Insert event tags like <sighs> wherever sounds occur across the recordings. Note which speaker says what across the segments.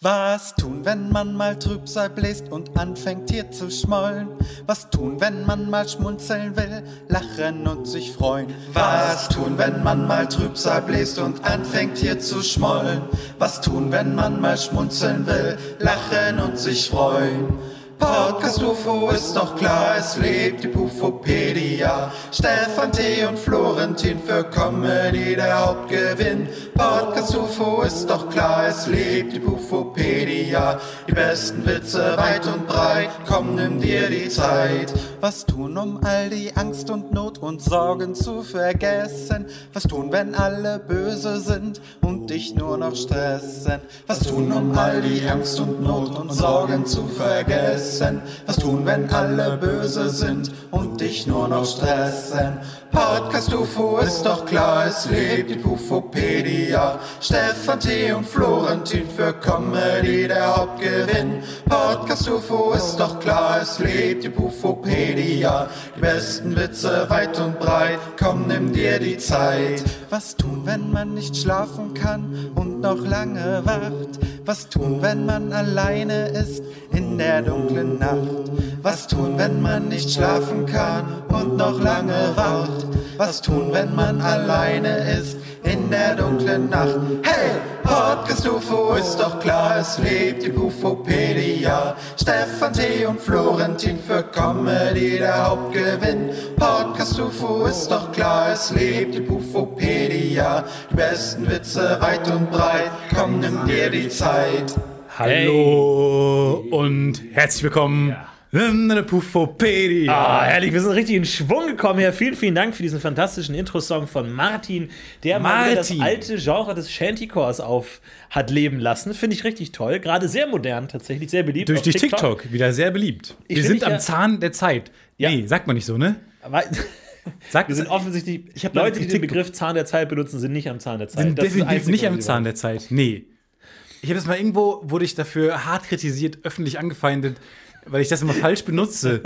Speaker 1: Was tun, wenn man mal Trübsal bläst und anfängt hier zu schmollen? Was tun, wenn man mal schmunzeln will, lachen und sich freuen? Was tun, wenn man mal Trübsal bläst und anfängt hier zu schmollen? Was tun, wenn man mal schmunzeln will, lachen und sich freuen? Podcast UFO ist doch klar, es lebt die Pufopedia. Stefan T. und Florentin für Comedy der Hauptgewinn. Podcast UFO ist doch klar, es lebt die Pufopedia. Die besten Witze weit und breit, komm, nimm dir die Zeit. Was tun, um all die Angst und Not und Sorgen zu vergessen? Was tun, wenn alle böse sind und dich nur noch stressen? Was tun, um all die Angst und Not und Sorgen zu vergessen? Was tun, wenn alle böse sind und dich nur noch stressen? Podcast UFO ist doch klar, es lebt die Pufopedia. Stefan T. und Florentin für Comedy der Hauptgewinn. Podcast UFO ist doch klar, es lebt die Pufopedia. Die besten Witze weit und breit, komm, nimm dir die Zeit. Was tun, wenn man nicht schlafen kann und noch lange wacht? Was tun, wenn man alleine ist in der dunklen Nacht? Was tun, wenn man nicht schlafen kann und noch lange wacht? Was tun, wenn man alleine ist in der dunklen Nacht? Hey, Podcast UFO ist doch klar, es lebt die Ufopedia. Stefan T. und Florentin für Comedy der Hauptgewinn. Podcast UFO ist doch klar, es lebt die Ufopedia. Die besten Witze weit und breit, komm, nimm dir die Zeit.
Speaker 2: Hallo und herzlich willkommen in der Puffopedia.
Speaker 3: Ah, herrlich, wir sind richtig in Schwung gekommen hier. Vielen, vielen Dank für diesen fantastischen Intro-Song von Martin, der mal wieder das
Speaker 2: Martin.
Speaker 3: alte Genre des Shantycores auf hat leben lassen. Finde ich richtig toll. Gerade sehr modern tatsächlich, sehr beliebt.
Speaker 2: Durch
Speaker 3: auf
Speaker 2: die TikTok. wieder sehr beliebt.
Speaker 3: Ich
Speaker 2: Wir
Speaker 3: will
Speaker 2: sind
Speaker 3: dich
Speaker 2: am
Speaker 3: ja-
Speaker 2: Zahn der Zeit.
Speaker 3: Ja.
Speaker 2: Nee, sagt man nicht so, ne?
Speaker 3: Aber- <laughs>
Speaker 2: Sagt
Speaker 3: Wir sind offensichtlich, ich habe
Speaker 2: mal
Speaker 3: Leute, die den
Speaker 2: TikTok-
Speaker 3: Begriff Zahn der Zeit benutzen, sind nicht am Zahn der Zeit.
Speaker 2: sind
Speaker 3: Das ist das
Speaker 2: definitiv
Speaker 3: Einzige,
Speaker 2: nicht
Speaker 3: was
Speaker 2: am
Speaker 3: ich weiß.
Speaker 2: Zahn der Zeit. Nee. Ich habe das mal irgendwo, wurde ich dafür hart kritisiert, öffentlich angefeindet, weil ich das immer falsch
Speaker 3: <laughs>
Speaker 2: benutze.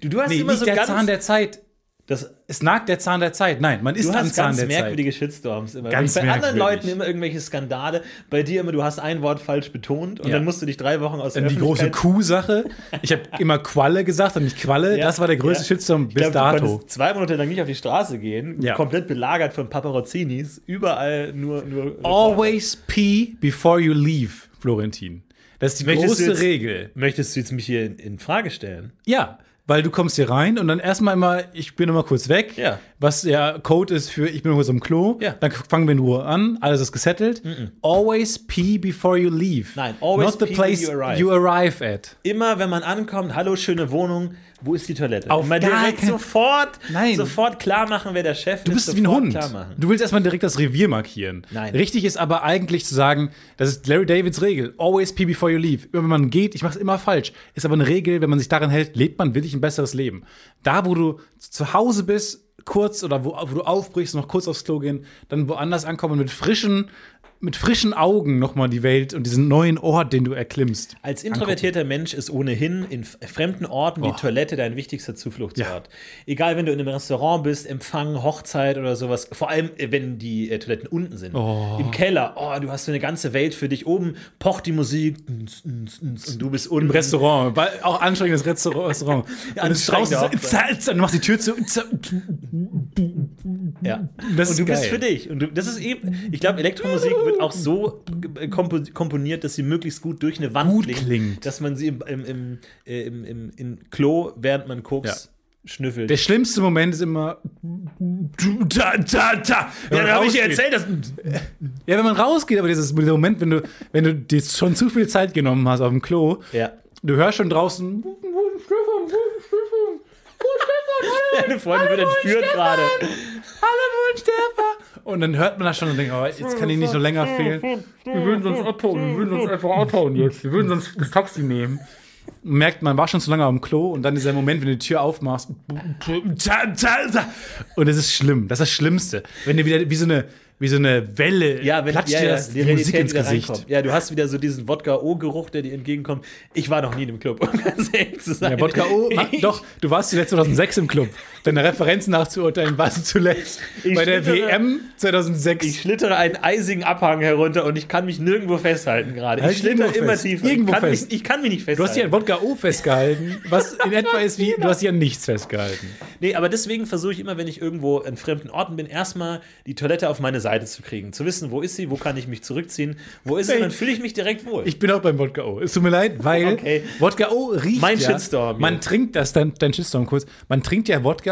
Speaker 3: Du, du hast
Speaker 2: Nee,
Speaker 3: immer
Speaker 2: nicht
Speaker 3: so
Speaker 2: der
Speaker 3: ganz,
Speaker 2: Zahn der Zeit.
Speaker 3: das,
Speaker 2: Es nagt der Zahn der Zeit. Nein, man ist
Speaker 3: Du
Speaker 2: am
Speaker 3: hast
Speaker 2: Zahn
Speaker 3: ganz
Speaker 2: der Zeit.
Speaker 3: merkwürdige Shitstorms immer.
Speaker 2: Ganz
Speaker 3: bei anderen
Speaker 2: merkwürdig.
Speaker 3: Leuten immer irgendwelche Skandale. Bei dir immer, du hast ein Wort falsch betont und
Speaker 2: Ja.
Speaker 3: dann musst du dich drei Wochen aus der
Speaker 2: Dann die große
Speaker 3: Öffentlichkeit-
Speaker 2: Kuh-Sache. Ich habe immer Qualle gesagt und nicht Qualle.
Speaker 3: Ja,
Speaker 2: Das war der größte
Speaker 3: ja.
Speaker 2: Shitstorm
Speaker 3: Ich
Speaker 2: bis
Speaker 3: glaub, Du
Speaker 2: dato.
Speaker 3: konntest zwei Monate lang nicht auf die Straße gehen,
Speaker 2: Ja.
Speaker 3: komplett belagert von
Speaker 2: Oh,
Speaker 3: Paparazzinis, überall nur. nur
Speaker 2: Always pee before you leave, Florentin. Das ist die
Speaker 4: Möchtest du
Speaker 2: große
Speaker 4: jetzt-
Speaker 2: Regel.
Speaker 4: Möchtest du jetzt mich hier in, in Frage stellen?
Speaker 2: Ja, weil du kommst hier rein und dann erstmal immer, ich bin immer kurz weg,
Speaker 4: Ja.
Speaker 2: was ja Code ist für ich bin kurz am Klo.
Speaker 4: Ja.
Speaker 2: Dann fangen wir in Ruhe an, alles ist gesettelt. Always pee before you leave.
Speaker 4: Nein, always
Speaker 2: Not the
Speaker 4: pee when
Speaker 2: place
Speaker 4: you arrive.
Speaker 2: at.
Speaker 4: Immer wenn man ankommt, hallo, schöne Wohnung, wo ist die Toilette?
Speaker 2: Auf
Speaker 4: Immer
Speaker 2: gar
Speaker 4: direkt
Speaker 2: kein-
Speaker 4: sofort,
Speaker 2: Nein.
Speaker 4: sofort klar machen, wer der Chef
Speaker 2: Du
Speaker 4: ist.
Speaker 2: bist wie ein
Speaker 4: sofort
Speaker 2: Hund.
Speaker 4: Klar machen.
Speaker 2: Du willst erstmal direkt das Revier markieren.
Speaker 4: Nein.
Speaker 2: Richtig ist aber eigentlich zu sagen, das ist Larry Davids Regel. Always pee before you leave. Immer wenn man geht, ich mache es immer falsch. Ist aber eine Regel, wenn man sich daran hält, lebt man wirklich ein besseres Leben. Da, wo du zu Hause bist, kurz oder wo, wo du aufbrichst, noch kurz aufs Klo gehen, dann woanders ankommen und mit frischen, mit frischen Augen nochmal die Welt und diesen neuen Ort, den du erklimmst.
Speaker 4: Als introvertierter Mensch ist ohnehin in f- fremden Orten die Toilette dein wichtigster Zufluchtsort. Egal, wenn du in einem Restaurant bist, Empfang, Hochzeit oder sowas. Vor allem, äh, wenn die äh, Toiletten unten sind. Im Keller. Oh, du hast so eine ganze Welt für dich. Oben pocht die Musik. Und du bist unten.
Speaker 2: Im Restaurant, bei- auch anstrengendes Restaur-
Speaker 4: <laughs>
Speaker 2: Restaurant. Und es ist draußen
Speaker 4: Anstrengende
Speaker 2: so, und du machst die Tür zu.
Speaker 4: Ja.
Speaker 2: Das
Speaker 4: und
Speaker 2: ist
Speaker 4: du bist
Speaker 2: geil.
Speaker 4: für dich. Und du, das ist eben, ich glaube, Elektromusik wird auch so äh, kompo- komponiert, dass sie möglichst gut durch eine Wand
Speaker 2: Gut
Speaker 4: klingt,
Speaker 2: klingt.
Speaker 4: dass man sie im, im, im, äh, im, im, im Klo, während man Koks schnüffelt.
Speaker 2: Der schlimmste Moment ist immer. Da, da, da. Wenn man
Speaker 4: hab dir
Speaker 2: rausgeht.
Speaker 4: dass.
Speaker 2: Ja, wenn man rausgeht, aber dieses dieser Moment, wenn du, wenn du dir schon zu viel Zeit genommen hast auf dem Klo,
Speaker 4: Ja. <laughs>
Speaker 2: du hörst schon draußen.
Speaker 4: Meine Freundin wird entführt gerade.
Speaker 2: Hallo, Stefan! Und dann hört man das schon und denkt, oh, jetzt kann ich nicht so länger fehlen.
Speaker 5: Die würden sonst abhauen, die würden sonst einfach abhauen jetzt. Die würden sonst das Taxi nehmen.
Speaker 2: Merkt, man war schon zu lange am Klo und dann dieser Moment, wenn du die Tür aufmachst. da, da, da. Und es ist schlimm. Das ist das Schlimmste. Wenn dir wieder wie so eine, wie so eine Welle
Speaker 4: Ja, wenn
Speaker 2: platscht
Speaker 4: ja,
Speaker 2: dir
Speaker 4: ja,
Speaker 2: das, die,
Speaker 4: Realität
Speaker 2: Musik ins
Speaker 4: wieder
Speaker 2: Gesicht.
Speaker 4: reinkommt. Ja, du hast wieder so diesen Wodka-O-Geruch, der dir entgegenkommt. Ich war noch nie in einem Club, <laughs> um ganz ehrlich zu sein.
Speaker 2: Ja, Wodka O, ma- doch, du warst zuletzt 2006 im Club. Deine Referenz nachzuurteilen, warst du zuletzt
Speaker 4: Ich
Speaker 2: bei der
Speaker 4: schlittere-
Speaker 2: WM
Speaker 4: Ich
Speaker 2: 2006.
Speaker 4: schlittere einen eisigen Abhang herunter und ich kann mich nirgendwo festhalten gerade.
Speaker 2: Halt
Speaker 4: Ich schlitter
Speaker 2: irgendwo
Speaker 4: immer
Speaker 2: fest.
Speaker 4: tiefer.
Speaker 2: Irgendwo
Speaker 4: ich, kann
Speaker 2: fest.
Speaker 4: Mich, ich kann mich nicht
Speaker 2: Du hast dich
Speaker 4: festhalten.
Speaker 2: an Wodka O festgehalten, was
Speaker 4: <laughs>
Speaker 2: in etwa ist wie, du hast dich an nichts festgehalten.
Speaker 4: nee, aber deswegen versuche ich immer, wenn ich irgendwo in fremden Orten bin, erstmal die Toilette auf meine Seite zu kriegen. Zu wissen, wo ist sie, wo kann ich mich zurückziehen, wo ist sie,
Speaker 2: Ey.
Speaker 4: dann fühle ich mich direkt wohl.
Speaker 2: Ich bin auch beim Wodka O. Es tut mir leid, weil
Speaker 4: Okay.
Speaker 2: Wodka O riecht
Speaker 4: Mein
Speaker 2: ja.
Speaker 4: Shitstorm
Speaker 2: Man
Speaker 4: jetzt.
Speaker 2: trinkt das, dein, dein Shitstorm kurz. Man trinkt ja Wodka,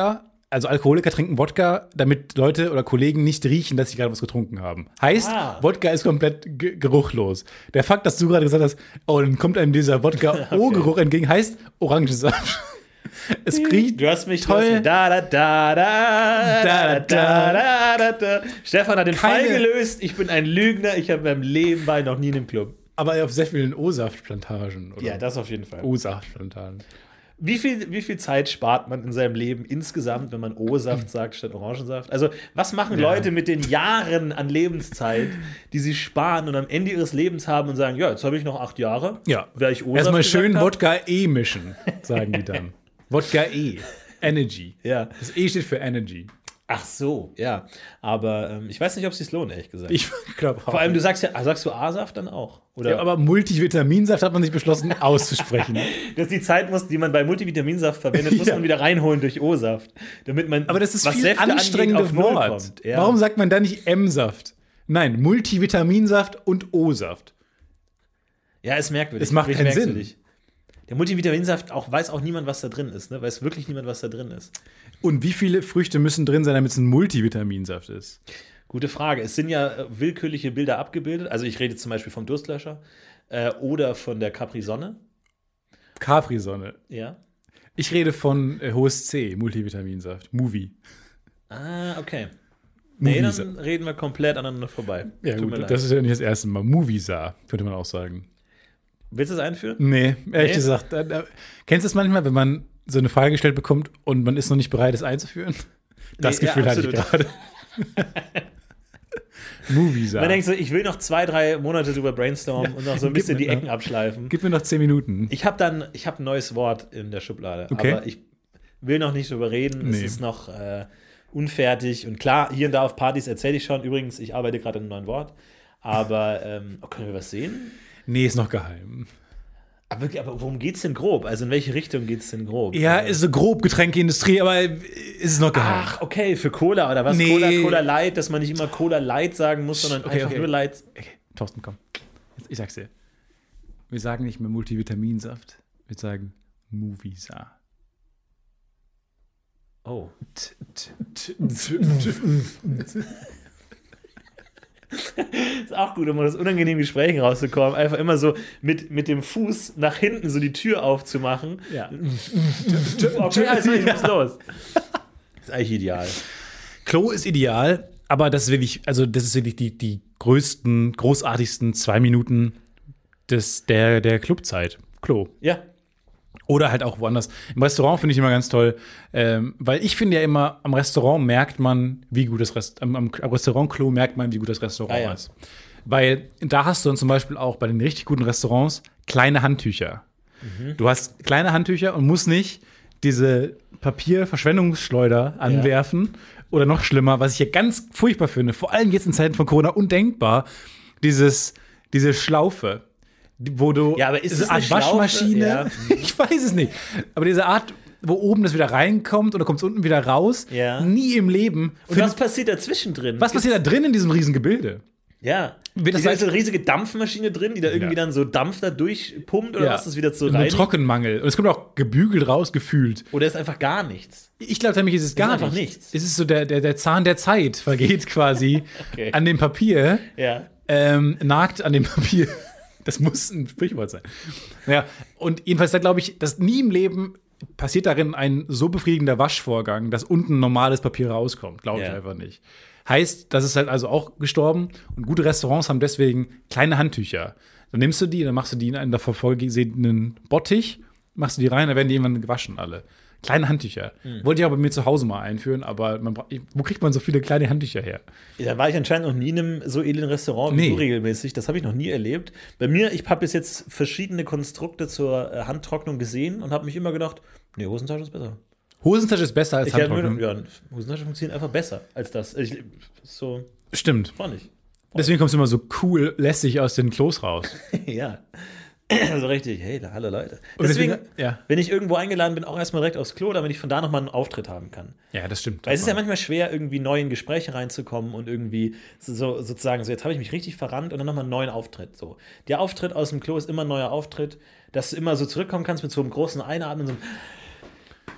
Speaker 2: also Alkoholiker trinken Wodka, damit Leute oder Kollegen nicht riechen, dass sie gerade was getrunken haben. Heißt,
Speaker 4: Ah.
Speaker 2: Wodka ist komplett ge- geruchlos. Der Fakt, dass du gerade gesagt hast, oh, dann kommt einem dieser
Speaker 4: <laughs>
Speaker 2: Wodka-O-Geruch entgegen, heißt Orangensaft. <laughs>
Speaker 4: <laughs>
Speaker 2: es riecht
Speaker 4: Du hast mich
Speaker 2: toll.
Speaker 4: Du hast mich da, da, da, da,
Speaker 2: Da,
Speaker 4: da,
Speaker 2: da,
Speaker 4: da, da, da, da. Stefan hat den
Speaker 2: Keine-
Speaker 4: Fall gelöst. Ich bin ein Lügner. Ich habe in meinem Leben war ich noch nie in einem Club.
Speaker 2: aber auf sehr vielen O-Saft-Plantagen. oder
Speaker 4: Ja, das auf jeden Fall.
Speaker 2: O-Saft-Plantagen.
Speaker 4: Wie viel, wie viel Zeit spart man in seinem Leben insgesamt, wenn
Speaker 2: <clears throat>
Speaker 4: man O-Saft sagt statt Orangensaft? Also, was machen Leute mit den Jahren an Lebenszeit, die sie sparen und am Ende ihres Lebens haben und sagen, ja, jetzt habe ich noch acht Jahre,
Speaker 2: Ja.
Speaker 4: wäre ich O-Saft
Speaker 2: Erstmal schön
Speaker 4: gesagt habe?
Speaker 2: Wodka E mischen, sagen die <laughs> dann. Wodka E. Energy.
Speaker 4: Ja.
Speaker 2: Das E steht für Energy.
Speaker 4: Ach so, ja. Aber ähm, ich weiß nicht, ob es sich lohnt, ehrlich gesagt.
Speaker 2: Ich glaube auch.
Speaker 4: Vor allem, du sagst ja, sagst du A-Saft dann auch? Oder?
Speaker 2: aber Multivitaminsaft hat man sich beschlossen <laughs> auszusprechen.
Speaker 4: Dass die Zeit muss, die man bei Multivitaminsaft
Speaker 2: <laughs>
Speaker 4: verwendet, muss
Speaker 2: Ja.
Speaker 4: man wieder reinholen durch O-Saft. Damit man.
Speaker 2: Aber das ist
Speaker 4: was
Speaker 2: viel
Speaker 4: Säfte angeht,
Speaker 2: anstrengendes
Speaker 4: auf Null
Speaker 2: Wort.
Speaker 4: Kommt. Ja.
Speaker 2: Warum sagt man da nicht M-Saft? Nein, Multivitaminsaft und O-Saft.
Speaker 4: Ja, ist merkwürdig.
Speaker 2: Es macht
Speaker 4: Wirklich
Speaker 2: keinen Sinn.
Speaker 4: merkwürdig. Der Multivitaminsaft auch, weiß auch niemand, was da drin ist, ne? Weiß wirklich niemand, was da drin ist.
Speaker 2: Und wie viele Früchte müssen drin sein, damit es ein Multivitaminsaft ist?
Speaker 4: Gute Frage. Es sind ja äh, willkürliche Bilder abgebildet. Also ich rede zum Beispiel vom Durstlöscher äh, oder von der Capri-Sonne.
Speaker 2: Capri-Sonne.
Speaker 4: Ja.
Speaker 2: Ich rede von äh, hohes C, Multivitaminsaft. Movie.
Speaker 4: Ah, okay. Nee,
Speaker 2: Moviesa.
Speaker 4: dann reden wir komplett aneinander vorbei.
Speaker 2: Ja,
Speaker 4: Tut mir
Speaker 2: gut,
Speaker 4: leid.
Speaker 2: das ist ja nicht das erste Mal. Moviesar, könnte man auch sagen.
Speaker 4: Willst du es einführen?
Speaker 2: Nee, ehrlich
Speaker 4: Nee?
Speaker 2: gesagt. da- da- Kennst du das manchmal, wenn man so eine Frage gestellt bekommt und man ist noch nicht bereit, es einzuführen? Das
Speaker 4: Nee, ja,
Speaker 2: Gefühl hatte ich
Speaker 4: absolut.
Speaker 2: gerade. <laughs> Movies.
Speaker 4: Man denkt so, ich will noch zwei, drei Monate drüber brainstormen und noch so ein
Speaker 2: gib
Speaker 4: bisschen
Speaker 2: mir,
Speaker 4: die
Speaker 2: ne?
Speaker 4: Ecken abschleifen.
Speaker 2: Gib mir noch zehn Minuten.
Speaker 4: Ich habe dann, ich habe ein neues Wort in der Schublade,
Speaker 2: Okay.
Speaker 4: aber ich will noch nicht drüber reden.
Speaker 2: Nee.
Speaker 4: Es ist noch äh, unfertig und klar, hier und da auf Partys erzähle ich schon. Übrigens, ich arbeite gerade an einem neuen Wort.
Speaker 2: <laughs>
Speaker 4: Aber ähm, oh, können wir was sehen?
Speaker 2: Nee, ist noch geheim.
Speaker 4: Aber, wirklich, aber worum geht's denn grob? Also in welche Richtung geht's denn grob?
Speaker 2: Ja, ist so grob Getränkeindustrie, aber ist es noch geheim.
Speaker 4: Ach, okay, für Cola oder was?
Speaker 2: Nee.
Speaker 4: Cola, Cola Light, dass man nicht immer Cola Light sagen muss, sondern
Speaker 2: okay,
Speaker 4: einfach
Speaker 2: okay.
Speaker 4: nur Light.
Speaker 2: Okay, Thorsten, komm. Jetzt, ich sag's dir. Wir sagen nicht mehr Multivitaminsaft. Wir sagen Moviesa.
Speaker 4: Oh. Ist auch gut, um aus unangenehmen Gesprächen rauszukommen. Einfach immer so mit, mit dem Fuß nach hinten so die Tür aufzumachen.
Speaker 2: Ja.
Speaker 4: <laughs> Okay, also ich muss los. Ist eigentlich ideal.
Speaker 2: Klo ist ideal, aber das ist wirklich, also das ist wirklich die, die größten, großartigsten zwei Minuten des, der, der Clubzeit. Klo.
Speaker 4: Ja.
Speaker 2: Oder halt auch woanders. Im Restaurant finde ich immer ganz toll, ähm, weil ich finde ja immer, am Restaurant merkt man, wie gut das Rest, am, am Restaurant-Klo merkt man, wie gut das Restaurant
Speaker 4: Ah, ja.
Speaker 2: ist. Weil da hast du dann zum Beispiel auch bei den richtig guten Restaurants kleine Handtücher.
Speaker 4: Mhm.
Speaker 2: Du hast kleine Handtücher und musst nicht diese Papierverschwendungsschleuder anwerfen. Oder noch schlimmer, was ich ja ganz furchtbar finde, vor allem jetzt in Zeiten von Corona undenkbar, dieses, diese Schlaufe, die- wo du
Speaker 4: Ja, aber ist
Speaker 2: diese
Speaker 4: es eine
Speaker 2: Art Waschmaschine.
Speaker 4: Schlaufe?
Speaker 2: <laughs> Ich weiß es nicht. Aber diese Art, wo oben das wieder reinkommt oder kommt es unten wieder raus,
Speaker 4: Ja.
Speaker 2: nie im Leben.
Speaker 4: Und was passiert dazwischen drin?
Speaker 2: was passiert da drin in diesem Riesengebilde?
Speaker 4: Ja.
Speaker 2: Wird das
Speaker 4: ist da
Speaker 2: gleich-
Speaker 4: so eine riesige Dampfmaschine drin, die da irgendwie
Speaker 2: Ja.
Speaker 4: dann so Dampf da durchpumpt oder was das wieder zu
Speaker 2: Nur
Speaker 4: rein?
Speaker 2: Trockenmangel. Und es kommt auch gebügelt raus, gefühlt.
Speaker 4: Oder ist einfach gar nichts?
Speaker 2: Ich glaube, nämlich ist es gar
Speaker 4: ist einfach
Speaker 2: nichts.
Speaker 4: nichts.
Speaker 2: Es ist so der, der, der Zahn der Zeit vergeht quasi
Speaker 4: <laughs> Okay.
Speaker 2: an dem Papier,
Speaker 4: Ja.
Speaker 2: ähm, nagt an dem Papier. <laughs> Das muss ein Sprichwort sein. Naja, und jedenfalls, da glaube ich, dass nie im Leben passiert darin ein so befriedigender Waschvorgang, dass unten normales Papier rauskommt. Glaube ich
Speaker 4: Ja.
Speaker 2: einfach nicht. Heißt, das ist halt also auch gestorben und gute Restaurants haben deswegen kleine Handtücher. Dann nimmst du die, dann machst du die in einen davor vorgesehenen Bottich, machst du die rein, dann werden die irgendwann gewaschen alle. Kleine Handtücher. Wollte ich aber bei mir zu Hause mal einführen, aber man, bra- wo kriegt man so viele kleine Handtücher her?
Speaker 4: Da war ich anscheinend noch nie in einem so edlen Restaurant wie
Speaker 2: Nee.
Speaker 4: du regelmäßig. Das habe ich noch nie erlebt. Bei mir, ich habe bis jetzt verschiedene Konstrukte zur äh, Handtrocknung gesehen und habe mich immer gedacht, nee, Hosentasche ist besser.
Speaker 2: Hosentasche ist besser als
Speaker 4: Ich habe mir
Speaker 2: Handtrocknung.
Speaker 4: gedacht, ja, Hosentasche funktioniert einfach besser als das. Ich, so,
Speaker 2: Stimmt.
Speaker 4: war nicht.
Speaker 2: Deswegen kommst du immer so cool, lässig aus den Klos raus.
Speaker 4: <laughs> ja. Also richtig, hey, da, hallo Leute.
Speaker 2: Und deswegen-
Speaker 4: Deswegen,
Speaker 2: ja.
Speaker 4: wenn ich irgendwo eingeladen bin, auch erstmal direkt aufs Klo, damit ich von da nochmal einen Auftritt haben kann.
Speaker 2: Ja, das stimmt.
Speaker 4: Weil es ist ja manchmal schwer, irgendwie neu in Gespräche reinzukommen und irgendwie so, so, sozusagen, so jetzt habe ich mich richtig verrannt und dann nochmal einen neuen Auftritt. So. Der Auftritt aus dem Klo ist immer ein neuer Auftritt, dass du immer so zurückkommen kannst mit so einem großen Einatmen, so einem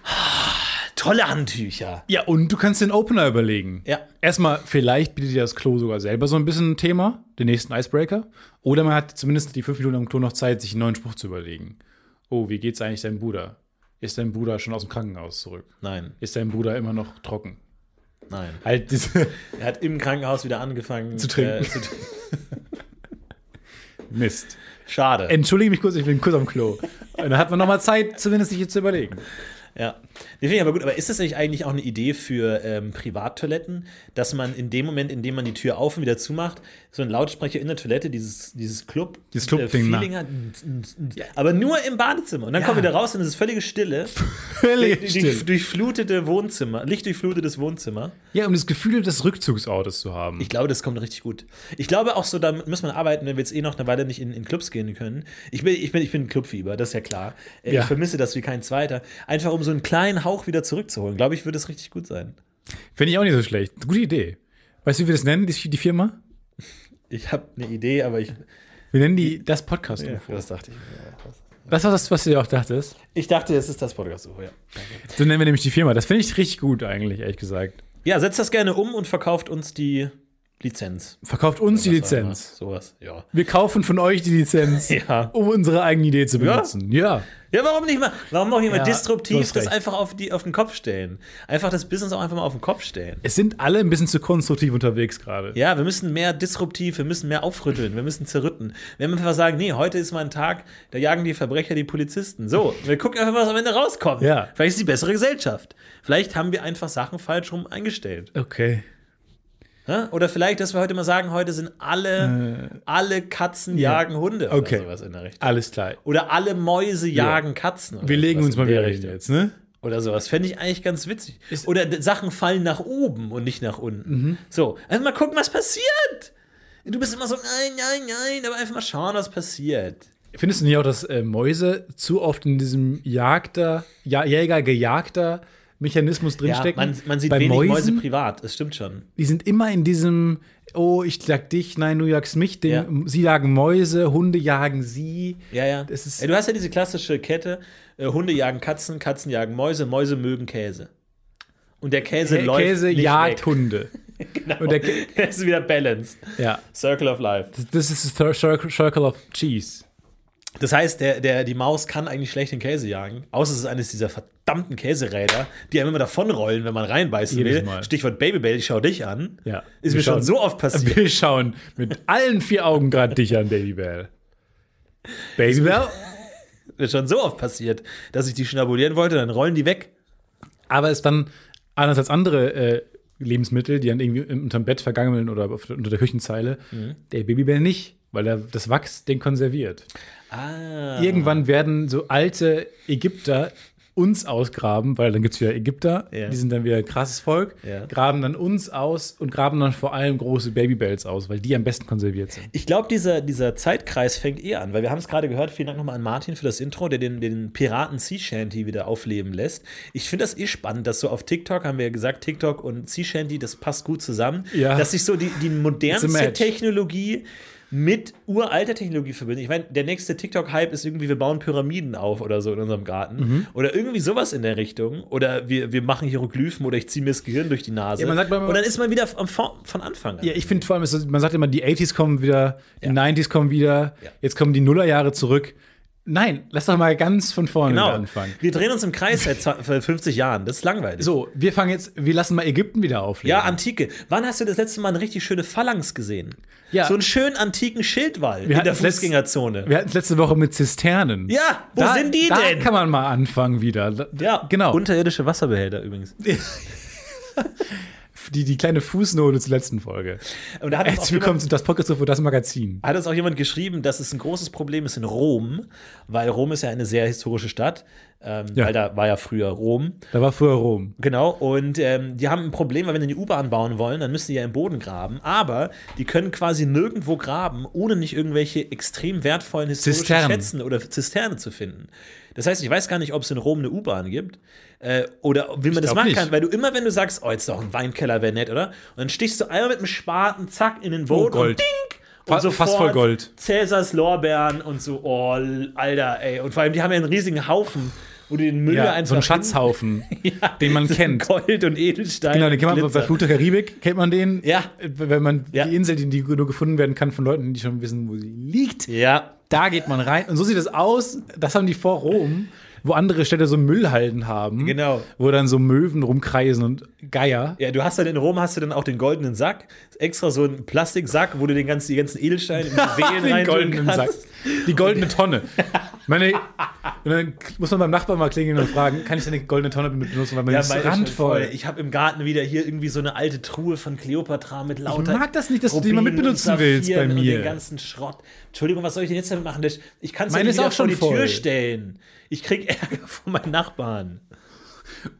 Speaker 4: <sighs> tolle Handtücher.
Speaker 2: ja, und du kannst den Opener überlegen.
Speaker 4: Ja.
Speaker 2: Erstmal, vielleicht bietet dir das Klo sogar selber so ein bisschen ein Thema, den nächsten Icebreaker. Oder man hat zumindest die fünf Minuten am Klo noch Zeit, sich einen neuen Spruch zu überlegen. Oh, wie geht's eigentlich deinem Bruder? Ist dein Bruder schon aus dem Krankenhaus zurück?
Speaker 4: Nein,
Speaker 2: Ist dein Bruder immer noch trocken?
Speaker 4: nein.
Speaker 2: Halt diese <laughs>
Speaker 4: Er hat im Krankenhaus wieder angefangen
Speaker 2: Zu trinken.
Speaker 4: äh, zu trinken.
Speaker 2: Mist. <laughs>
Speaker 4: Schade.
Speaker 2: Entschuldige mich kurz, ich bin kurz am Klo. Und dann hat man nochmal Zeit, zumindest sich jetzt zu
Speaker 4: <laughs>
Speaker 2: überlegen.
Speaker 4: Ja, die finde ich aber gut. Aber ist das nicht eigentlich auch eine Idee für ähm, Privattoiletten, dass man in dem Moment, in dem man die Tür auf und wieder zumacht, so einen Lautsprecher in der Toilette, dieses, dieses Club, äh,
Speaker 2: Dieses Club-Ding, ne?
Speaker 4: Feeling hat? Aber nur im Badezimmer. Und dann kommen wir wieder raus und es ist
Speaker 2: <laughs>
Speaker 4: völlige Stille.
Speaker 2: Völlig
Speaker 4: Durch- durch- Durchflutete Wohnzimmer, lichtdurchflutetes Wohnzimmer.
Speaker 2: Ja, um das Gefühl des Rückzugsortes zu haben.
Speaker 4: Ich glaube, das kommt richtig gut. Ich glaube auch so, da muss man arbeiten, wenn wir jetzt eh noch eine Weile nicht in, in Clubs gehen können. Ich bin, ich bin, ich bin ein Clubfieber, das ist ja klar. Äh,
Speaker 2: Ja.
Speaker 4: Ich vermisse das wie kein zweiter. Einfach um so einen kleinen Hauch wieder zurückzuholen, glaube ich, würde es richtig gut sein.
Speaker 2: Finde ich auch nicht so schlecht. Gute Idee. Weißt du, wie wir das nennen, die die Firma?
Speaker 4: Ich habe eine Idee, aber ich.
Speaker 2: Wir nennen die <laughs> das Podcast-UFO.
Speaker 4: Das dachte ich. mir.
Speaker 2: Das war das, was du dir auch dachtest.
Speaker 4: Ich dachte, es ist das Podcast. Oh, ja.
Speaker 2: So nennen wir nämlich die Firma. Das finde ich richtig gut eigentlich, ehrlich gesagt.
Speaker 4: ja, setzt das gerne um und verkauft uns die Lizenz.
Speaker 2: Verkauft uns die
Speaker 4: Sag mal,
Speaker 2: Lizenz.
Speaker 4: Sowas, ja.
Speaker 2: Wir kaufen von euch die Lizenz,
Speaker 4: Ja.
Speaker 2: um unsere eigene Idee zu
Speaker 4: Ja.
Speaker 2: benutzen. Ja.
Speaker 4: Ja, warum nicht mal? Warum auch nicht mal
Speaker 2: Ja, du
Speaker 4: disruptiv
Speaker 2: hast
Speaker 4: das
Speaker 2: recht.
Speaker 4: einfach auf, die, auf den Kopf stellen? Einfach das Business auch einfach mal auf den Kopf stellen.
Speaker 2: Es sind alle ein bisschen zu konstruktiv unterwegs gerade.
Speaker 4: Ja, wir müssen mehr disruptiv, wir müssen mehr aufrütteln, wir müssen zerrütten. Wenn wir einfach sagen, nee, heute ist mal ein Tag, da jagen die Verbrecher die Polizisten. So, wir gucken einfach, was am Ende rauskommt.
Speaker 2: Ja.
Speaker 4: Vielleicht ist die bessere Gesellschaft. Vielleicht haben wir einfach Sachen falsch rum eingestellt.
Speaker 2: Okay.
Speaker 4: Ja? Oder vielleicht, dass wir heute mal sagen, heute sind alle, alle Katzen jagen Hunde oder
Speaker 2: Äh. Okay.
Speaker 4: sowas in der Richtung.
Speaker 2: Alles klar.
Speaker 4: Oder alle Mäuse jagen Katzen. Oder
Speaker 2: Wir legen
Speaker 4: sowas
Speaker 2: uns mal
Speaker 4: in der
Speaker 2: wieder hin
Speaker 4: Richtung.
Speaker 2: jetzt, ne?
Speaker 4: Oder sowas. Fände ich eigentlich ganz witzig. oder d- Sachen fallen nach oben und nicht nach unten.
Speaker 2: Mhm.
Speaker 4: So, also mal gucken, was passiert. Du bist immer so, nein, nein, nein, aber einfach mal schauen, was passiert.
Speaker 2: Findest du nicht auch, dass äh, Mäuse zu oft in diesem Jagder, ja Jäger gejagter Mechanismus
Speaker 4: Ja,
Speaker 2: drinstecken.
Speaker 4: man, man sieht
Speaker 2: Bei
Speaker 4: wenig Mäuse
Speaker 2: Mäusen,
Speaker 4: privat, es stimmt schon.
Speaker 2: die sind immer in diesem, oh, ich jag dich, nein, du jagst mich, Ding.
Speaker 4: Ja.
Speaker 2: sie jagen Mäuse, Hunde jagen sie.
Speaker 4: Ja, ja.
Speaker 2: Das ist-
Speaker 4: Ey, du hast ja diese klassische Kette: äh, Hunde jagen Katzen, Katzen jagen Mäuse, Mäuse mögen Käse. Und der Käse
Speaker 2: Kä-
Speaker 4: läuft.
Speaker 2: Käse
Speaker 4: nicht
Speaker 2: jagt
Speaker 4: weg. <laughs> Genau.
Speaker 2: Hunde. Und der Kä-
Speaker 4: Das ist wieder balanced.
Speaker 2: ja,
Speaker 4: Circle of Life.
Speaker 2: das- das ist the cir- Circle of Cheese.
Speaker 4: Das heißt, der, der, die Maus kann eigentlich schlecht den Käse jagen, außer es ist eines dieser verdammten Käseräder, die einem immer davonrollen, wenn man reinbeißen
Speaker 2: Jedes
Speaker 4: will.
Speaker 2: Mal.
Speaker 4: Stichwort Babybell, ich schau dich an.
Speaker 2: Ja.
Speaker 4: Ist
Speaker 2: Wir
Speaker 4: mir schon
Speaker 2: schauen-
Speaker 4: so oft passiert.
Speaker 2: Wir schauen mit allen vier Augen gerade dich an, Babybel.
Speaker 4: <laughs>
Speaker 2: Babybel?
Speaker 4: Mir schon so oft passiert, dass ich die schnabulieren wollte, dann rollen die weg.
Speaker 2: Aber es dann, anders als andere äh, Lebensmittel, die dann irgendwie unterm Bett vergangen oder auf- unter der Küchenzeile,
Speaker 4: Mhm.
Speaker 2: der Babybel nicht, weil er das Wachs den konserviert.
Speaker 4: Ah.
Speaker 2: Irgendwann werden so alte Ägypter uns ausgraben, weil dann gibt es wieder Ägypter,
Speaker 4: Ja.
Speaker 2: die sind dann wieder ein krasses Volk,
Speaker 4: Ja.
Speaker 2: graben dann uns aus und graben dann vor allem große Babybells aus, weil die am besten konserviert sind.
Speaker 4: Ich glaube, dieser, dieser Zeitkreis fängt eh an, weil wir haben es gerade gehört. Vielen Dank nochmal an Martin für das Intro, der den, den Piraten Sea Shanty wieder aufleben lässt. Ich finde das eh spannend, dass so auf TikTok, haben wir ja gesagt, TikTok und Sea Shanty, das passt gut zusammen.
Speaker 2: Ja.
Speaker 4: Dass sich so die, die
Speaker 2: It's a
Speaker 4: modernste
Speaker 2: match.
Speaker 4: Technologie mit uralter Technologie verbindet. Ich meine, der nächste TikTok-Hype ist irgendwie, wir bauen Pyramiden auf oder so in unserem Garten.
Speaker 2: Mhm.
Speaker 4: Oder irgendwie sowas in der Richtung. Oder wir, wir machen Hieroglyphen oder ich ziehe mir das Gehirn durch die Nase.
Speaker 2: Ja, man sagt mal-
Speaker 4: und dann ist man wieder am, Fa- von Anfang an.
Speaker 2: Ja, ich finde vor allem, es ist- man sagt immer, die 80s kommen wieder, die 90s kommen wieder,
Speaker 4: Ja.
Speaker 2: jetzt kommen die Nullerjahre zurück. Nein, lass doch mal ganz von vorne
Speaker 4: Genau.
Speaker 2: wieder anfangen.
Speaker 4: Wir drehen uns im Kreis seit 20 seit 50 Jahren. Das ist langweilig.
Speaker 2: So, wir fangen jetzt, wir lassen mal Ägypten wieder aufleben.
Speaker 4: Ja, Antike. Wann hast du das letzte Mal eine richtig schöne Phalanx gesehen?
Speaker 2: Ja.
Speaker 4: So einen schönen antiken Schildwall in
Speaker 2: hatten
Speaker 4: der
Speaker 2: das letzt-
Speaker 4: Fußgängerzone.
Speaker 2: wir hatten es letzte Woche mit Zisternen.
Speaker 4: Ja, wo
Speaker 2: da,
Speaker 4: sind die
Speaker 2: da
Speaker 4: denn?
Speaker 2: kann man mal anfangen wieder. Da-
Speaker 4: ja,
Speaker 2: genau.
Speaker 4: Unterirdische Wasserbehälter übrigens.
Speaker 2: die, die kleine Fußnote zur letzten Folge.
Speaker 4: Und da hat uns auch
Speaker 2: Herzlich willkommen
Speaker 4: jemand,
Speaker 2: zu das Podcast für das Magazin.
Speaker 4: hat uns auch jemand geschrieben, dass es ein großes Problem ist in Rom, weil Rom ist ja eine sehr historische Stadt. Ähm,
Speaker 2: Ja.
Speaker 4: Weil da war ja früher Rom.
Speaker 2: Da war früher Rom.
Speaker 4: Genau, und ähm, die haben ein Problem, weil wenn die eine U-Bahn bauen wollen, dann müssen die ja im Boden graben. Aber die können quasi nirgendwo graben, ohne nicht irgendwelche extrem wertvollen historischen
Speaker 2: Zisternen.
Speaker 4: Schätzen oder Zisterne zu finden. Das heißt, ich weiß gar nicht, ob es in Rom eine U-Bahn gibt. Äh, oder wie man das
Speaker 2: glaub
Speaker 4: machen
Speaker 2: nicht.
Speaker 4: kann, weil du immer, wenn du sagst, oh, jetzt doch ein Weinkeller wäre nett, oder? Und dann stichst du einmal mit dem Spaten, zack, in den Boden
Speaker 2: Oh, Gold.
Speaker 4: und ding!
Speaker 2: Fa-
Speaker 4: Und
Speaker 2: fast voll Gold.
Speaker 4: Cäsars Lorbeeren und so, oh, Alter, ey. Und vor allem, die haben ja einen riesigen Haufen, wo die den Müll
Speaker 2: Ja,
Speaker 4: einfach
Speaker 2: so ein
Speaker 4: hin-
Speaker 2: Schatzhaufen,
Speaker 4: <laughs> ja,
Speaker 2: <laughs> den man
Speaker 4: so
Speaker 2: kennt.
Speaker 4: Gold und Edelstein.
Speaker 2: Genau, den kennt man bei
Speaker 4: Glitzer.
Speaker 2: Flut der Karibik, kennt man den?
Speaker 4: Ja.
Speaker 2: Äh, Wenn man
Speaker 4: Ja.
Speaker 2: die Insel, die, die nur gefunden werden kann von Leuten, die schon wissen, wo sie liegt,
Speaker 4: Ja,
Speaker 2: da geht man rein. Und so sieht es aus. Das haben die vor Rom, wo andere Städte so Müllhalden haben.
Speaker 4: Genau.
Speaker 2: Wo dann so Möwen rumkreisen und Geier.
Speaker 4: ja, du hast dann in Rom hast du dann auch den goldenen Sack, extra so einen Plastiksack, wo du den ganzen, die ganzen
Speaker 2: <laughs>
Speaker 4: Edelsteine in die Venen
Speaker 2: Den
Speaker 4: rein
Speaker 2: goldenen
Speaker 4: kannst.
Speaker 2: Sack. Die goldene
Speaker 4: <laughs>
Speaker 2: Tonne. Meine, und dann muss man beim Nachbarn mal klingeln und fragen, kann ich deine goldene Tonne benutzen? Weil man
Speaker 4: Ja,
Speaker 2: ist
Speaker 4: meine ist schon
Speaker 2: randvoll.
Speaker 4: voll. Ich habe im Garten wieder hier irgendwie so eine alte Truhe von Cleopatra mit lauter.
Speaker 2: mag das nicht, dass du die immer
Speaker 4: Rubinen
Speaker 2: mitbenutzen
Speaker 4: und
Speaker 2: willst bei
Speaker 4: Saphiren
Speaker 2: mir.
Speaker 4: Und den ganzen Schrott. Entschuldigung, was soll ich denn jetzt damit machen? Das- Ich kann es
Speaker 2: Meine
Speaker 4: nicht
Speaker 2: ist
Speaker 4: wieder
Speaker 2: auch schon
Speaker 4: vor die
Speaker 2: voll.
Speaker 4: Tür stellen. Ich krieg <laughs> Ärger von meinen Nachbarn.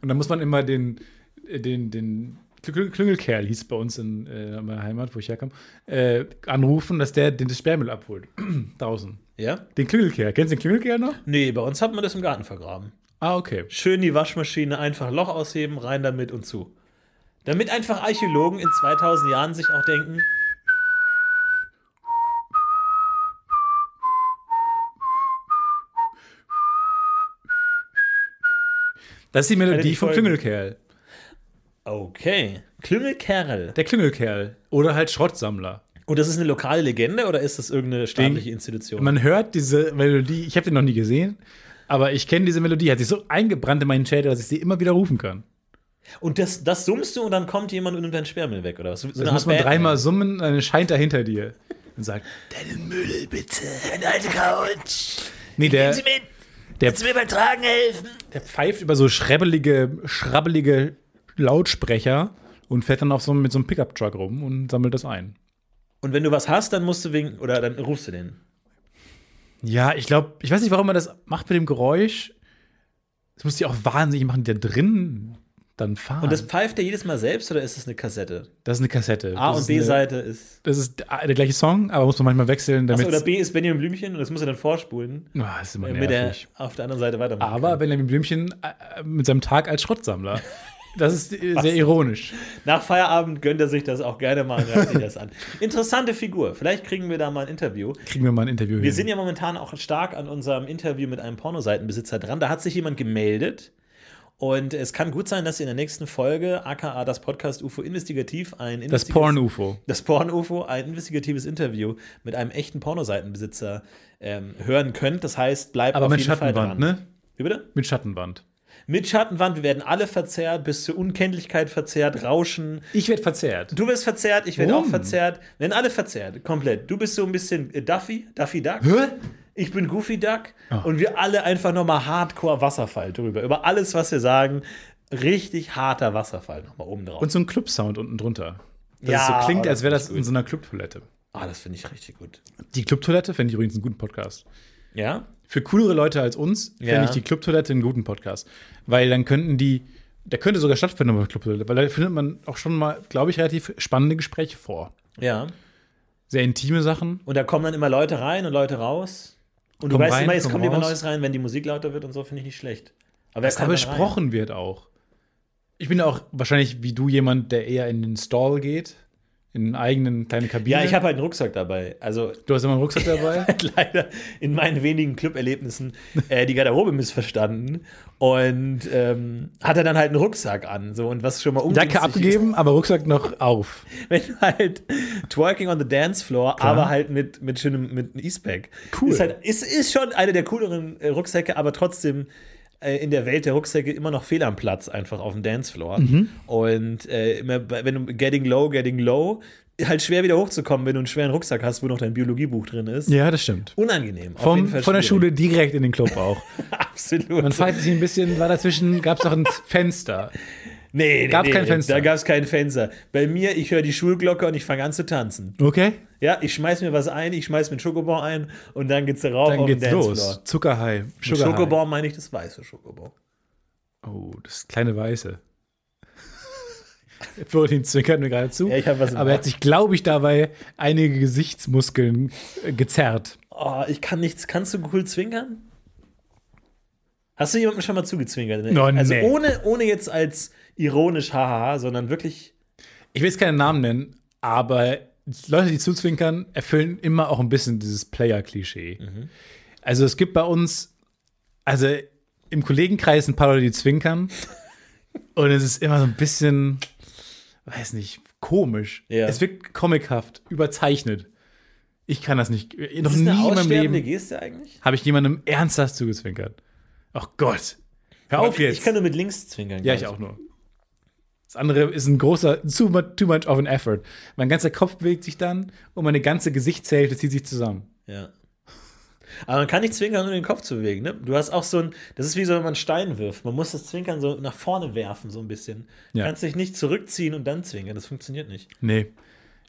Speaker 2: Und dann muss man immer den, äh, den, den Klü- Klüngelkerl, hieß bei uns in äh, meiner Heimat, wo ich herkam, äh, anrufen, dass der den das Sperrmüll abholt. <clears throat> Draußen.
Speaker 4: Ja?
Speaker 2: Den Klüngelkerl. Kennst du den Klüngelkerl noch?
Speaker 4: Nee, bei uns hat man das im Garten vergraben.
Speaker 2: Ah, okay.
Speaker 4: Schön die Waschmaschine einfach Loch ausheben, rein damit und zu. Damit einfach Archäologen in 2000 Jahren sich auch denken,
Speaker 2: Das ist die Melodie
Speaker 4: die
Speaker 2: vom
Speaker 4: Folgen.
Speaker 2: Klüngelkerl.
Speaker 4: okay, Klüngelkerl.
Speaker 2: Der Klüngelkerl. Oder halt Schrottsammler.
Speaker 4: Und das ist eine lokale Legende oder ist das irgendeine staatliche
Speaker 2: Den-
Speaker 4: Institution?
Speaker 2: Man hört diese Melodie, ich habe den noch nie gesehen, aber ich kenne diese Melodie, hat sich so eingebrannt in meinen Schädel, dass ich sie immer wieder rufen kann.
Speaker 4: und das, das summst du und dann kommt jemand und nimmt deinen Sperrmüll weg, oder was? So eine
Speaker 2: Das
Speaker 4: Art
Speaker 2: muss man
Speaker 4: Batman.
Speaker 2: dreimal summen, dann erscheint er hinter dir und sagt,
Speaker 4: Deinen Müll bitte, eine alte Couch.
Speaker 2: nee, der,
Speaker 4: mit,
Speaker 2: der
Speaker 4: mir beim Tragen helfen.
Speaker 2: Der pfeift über so schrebbelige, schrabbelige Lautsprecher und fährt dann auf so, mit so einem Pickup-Truck rum und sammelt das ein.
Speaker 4: Und wenn du was hast, dann musst du winken oder dann rufst du den.
Speaker 2: Ja, ich glaube, ich weiß nicht, warum man das macht mit dem Geräusch. Das muss die auch wahnsinnig machen, die da drin dann fahren.
Speaker 4: Und das pfeift er jedes Mal selbst oder ist es eine Kassette?
Speaker 2: das ist eine Kassette.
Speaker 4: A-
Speaker 2: Das
Speaker 4: und
Speaker 2: ist eine-
Speaker 4: B-Seite ist.
Speaker 2: Das ist der der gleiche Song, aber muss man manchmal wechseln, damit. Ah,
Speaker 4: Achso, oder B ist Benjamin Blümchen und das muss er dann vorspulen,
Speaker 2: das ist immer
Speaker 4: damit er
Speaker 2: nervig.
Speaker 4: auf der anderen Seite weitermacht.
Speaker 2: Aber Benjamin Blümchen äh, mit seinem Tag als Schrottsammler. <laughs> Das ist äh, sehr ironisch.
Speaker 4: Nach Feierabend gönnt er sich das auch gerne mal und hört sich das an. Interessante Figur. Vielleicht kriegen wir da mal ein Interview.
Speaker 2: Kriegen wir mal ein Interview
Speaker 4: Wir sind ja momentan auch stark an unserem Interview mit einem Pornoseitenbesitzer dran. Da hat sich jemand gemeldet. Und es kann gut sein, dass in der nächsten Folge, aka das Podcast UFO Investigativ, ein
Speaker 2: das
Speaker 4: investigatives-
Speaker 2: Porn-UFO.
Speaker 4: das Porn-UFO, ein investigatives Interview mit einem echten Pornoseitenbesitzer ähm, hören könnt. Das heißt, bleibt
Speaker 2: Aber
Speaker 4: auf
Speaker 2: mit
Speaker 4: jeden Fall dran.
Speaker 2: Schattenwand, ne?
Speaker 4: Wie bitte?
Speaker 2: Mit Schattenwand.
Speaker 4: Mit Schattenwand, wir werden alle verzerrt, bis zur Unkenntlichkeit verzerrt, Rauschen.
Speaker 2: Ich werde verzerrt.
Speaker 4: Du wirst verzerrt, ich werde auch
Speaker 2: Warum?
Speaker 4: verzerrt. Wir werden alle verzerrt, komplett. Du bist so ein bisschen äh, Duffy, Duffy Duck.
Speaker 2: Hä? Ah.
Speaker 4: Ich bin Goofy Duck und wir alle einfach nochmal hardcore Wasserfall drüber. Über alles, was wir sagen, richtig harter Wasserfall nochmal oben drauf.
Speaker 2: Und so ein Club-Sound unten drunter. Dass
Speaker 4: Ja,
Speaker 2: es so klingt,
Speaker 4: aber
Speaker 2: als wäre
Speaker 4: das
Speaker 2: das
Speaker 4: ist
Speaker 2: in so einer Club-Toilette.
Speaker 4: ah, das finde ich richtig gut.
Speaker 2: Die Club-Toilette fände ich übrigens einen guten Podcast.
Speaker 4: Ja?
Speaker 2: Für coolere Leute als uns fände
Speaker 4: Ja.
Speaker 2: ich die Club-Toilette einen guten Podcast. Weil dann könnten die, der könnte sogar stattfinden mit Club-Toilette, weil da findet man auch schon mal, glaube ich, relativ spannende Gespräche vor.
Speaker 4: Ja.
Speaker 2: Sehr intime Sachen.
Speaker 4: Und da kommen dann immer Leute rein und Leute raus. Und du
Speaker 2: Kommen
Speaker 4: weißt
Speaker 2: rein,
Speaker 4: immer, jetzt
Speaker 2: kommen
Speaker 4: kommt immer
Speaker 2: raus.
Speaker 4: Neues rein, wenn die Musik lauter wird und so, finde ich nicht schlecht. Aber
Speaker 2: Was da besprochen wird auch. Ich bin auch wahrscheinlich wie du jemand, der eher in den Stall geht, in eine eigenen kleine Kabine.
Speaker 4: Ja, ich habe halt einen Rucksack dabei. Also
Speaker 2: Du hast immer einen Rucksack <laughs> dabei.
Speaker 4: <laughs> leider in meinen wenigen Club-Erlebnissen äh, die Garderobe missverstanden und ähm, hatte dann halt einen Rucksack an. So, und was schon mal ungünstig
Speaker 2: Jacke abgegeben, aber Rucksack noch auf.
Speaker 4: ist, <laughs> wenn du halt twerking on the dance floor, aber halt mit, mit schönem mit einem E-Spec.
Speaker 2: Cool.
Speaker 4: Ist, halt, ist, ist schon eine der cooleren äh, Rucksäcke, aber trotzdem äh, in der Welt der Rucksäcke immer noch fehl am Platz, einfach auf dem Dancefloor.
Speaker 2: Mhm.
Speaker 4: Und äh, immer, bei- wenn du getting low, getting low, halt schwer wieder hochzukommen, wenn du einen schweren Rucksack hast, wo noch dein Biologiebuch drin ist.
Speaker 2: Ja, das stimmt.
Speaker 4: Unangenehm. auf
Speaker 2: Vom,
Speaker 4: jeden Fall
Speaker 2: von der
Speaker 4: schwierig.
Speaker 2: Schule direkt in den Club auch.
Speaker 4: Absolut.
Speaker 2: Man zeigt sich ein bisschen, war dazwischen, gab es noch ein Fenster.
Speaker 4: Nee, nee,
Speaker 2: Gab's
Speaker 4: nee,
Speaker 2: kein Fenster?
Speaker 4: Da gab es kein Fenster. Bei mir, ich höre die Schulglocke und ich fange an zu tanzen.
Speaker 2: Okay,
Speaker 4: Ja, ich schmeiß mir was ein, ich schmeiß mir einen Schokobon ein und dann geht's da rauf
Speaker 2: dann
Speaker 4: auf den
Speaker 2: geht's los. Zuckerhai. Sugar High.
Speaker 4: Schokobon meine ich das weiße Schokobon.
Speaker 2: Oh, das kleine Weiße. <laughs> Florentin zwinkert mir gerade zu.
Speaker 4: Ja, ich hab was im
Speaker 2: aber er
Speaker 4: Ohr.
Speaker 2: hat sich, glaube ich, dabei einige Gesichtsmuskeln äh, gezerrt.
Speaker 4: Oh, ich kann nichts. Kannst du cool zwinkern? Hast du jemandem schon mal zugezwinkert?
Speaker 2: No,
Speaker 4: also
Speaker 2: nee.
Speaker 4: ohne, ohne jetzt als ironisch hahaha, sondern wirklich.
Speaker 2: Ich will jetzt keinen Namen nennen, aber Leute, die zuzwinkern, erfüllen immer auch ein bisschen dieses Player-Klischee.
Speaker 4: Mhm.
Speaker 2: Also es gibt bei uns, also im Kollegenkreis ein paar Leute, die zwinkern.
Speaker 4: <laughs>
Speaker 2: und es ist immer so ein bisschen, weiß nicht, komisch.
Speaker 4: Ja.
Speaker 2: Es wirkt comichaft, überzeichnet. Ich kann das nicht. Noch
Speaker 4: Ist das
Speaker 2: nie
Speaker 4: eine
Speaker 2: in meinem
Speaker 4: aussterbende
Speaker 2: Leben
Speaker 4: Geste eigentlich?
Speaker 2: habe ich jemandem ernsthaft zugezwinkert. Ach Gott. Hör auf jetzt.
Speaker 4: Ich kann nur mit links zwinkern.
Speaker 2: Ja,
Speaker 4: glaub
Speaker 2: ich auch nur. Das andere ist ein großer, too much, too much of an effort. Mein ganzer Kopf bewegt sich dann und meine ganze Gesichtshälfte zieht sich zusammen.
Speaker 4: Ja. Aber man kann nicht zwinkern, ohne den Kopf zu bewegen. Ne? Du hast auch so ein, das ist wie so, wenn man einen Stein wirft. Man muss das Zwinkern so nach vorne werfen, so ein bisschen. Du
Speaker 2: Ja.
Speaker 4: kannst dich nicht zurückziehen und dann zwinkern. Das funktioniert nicht.
Speaker 2: Nee.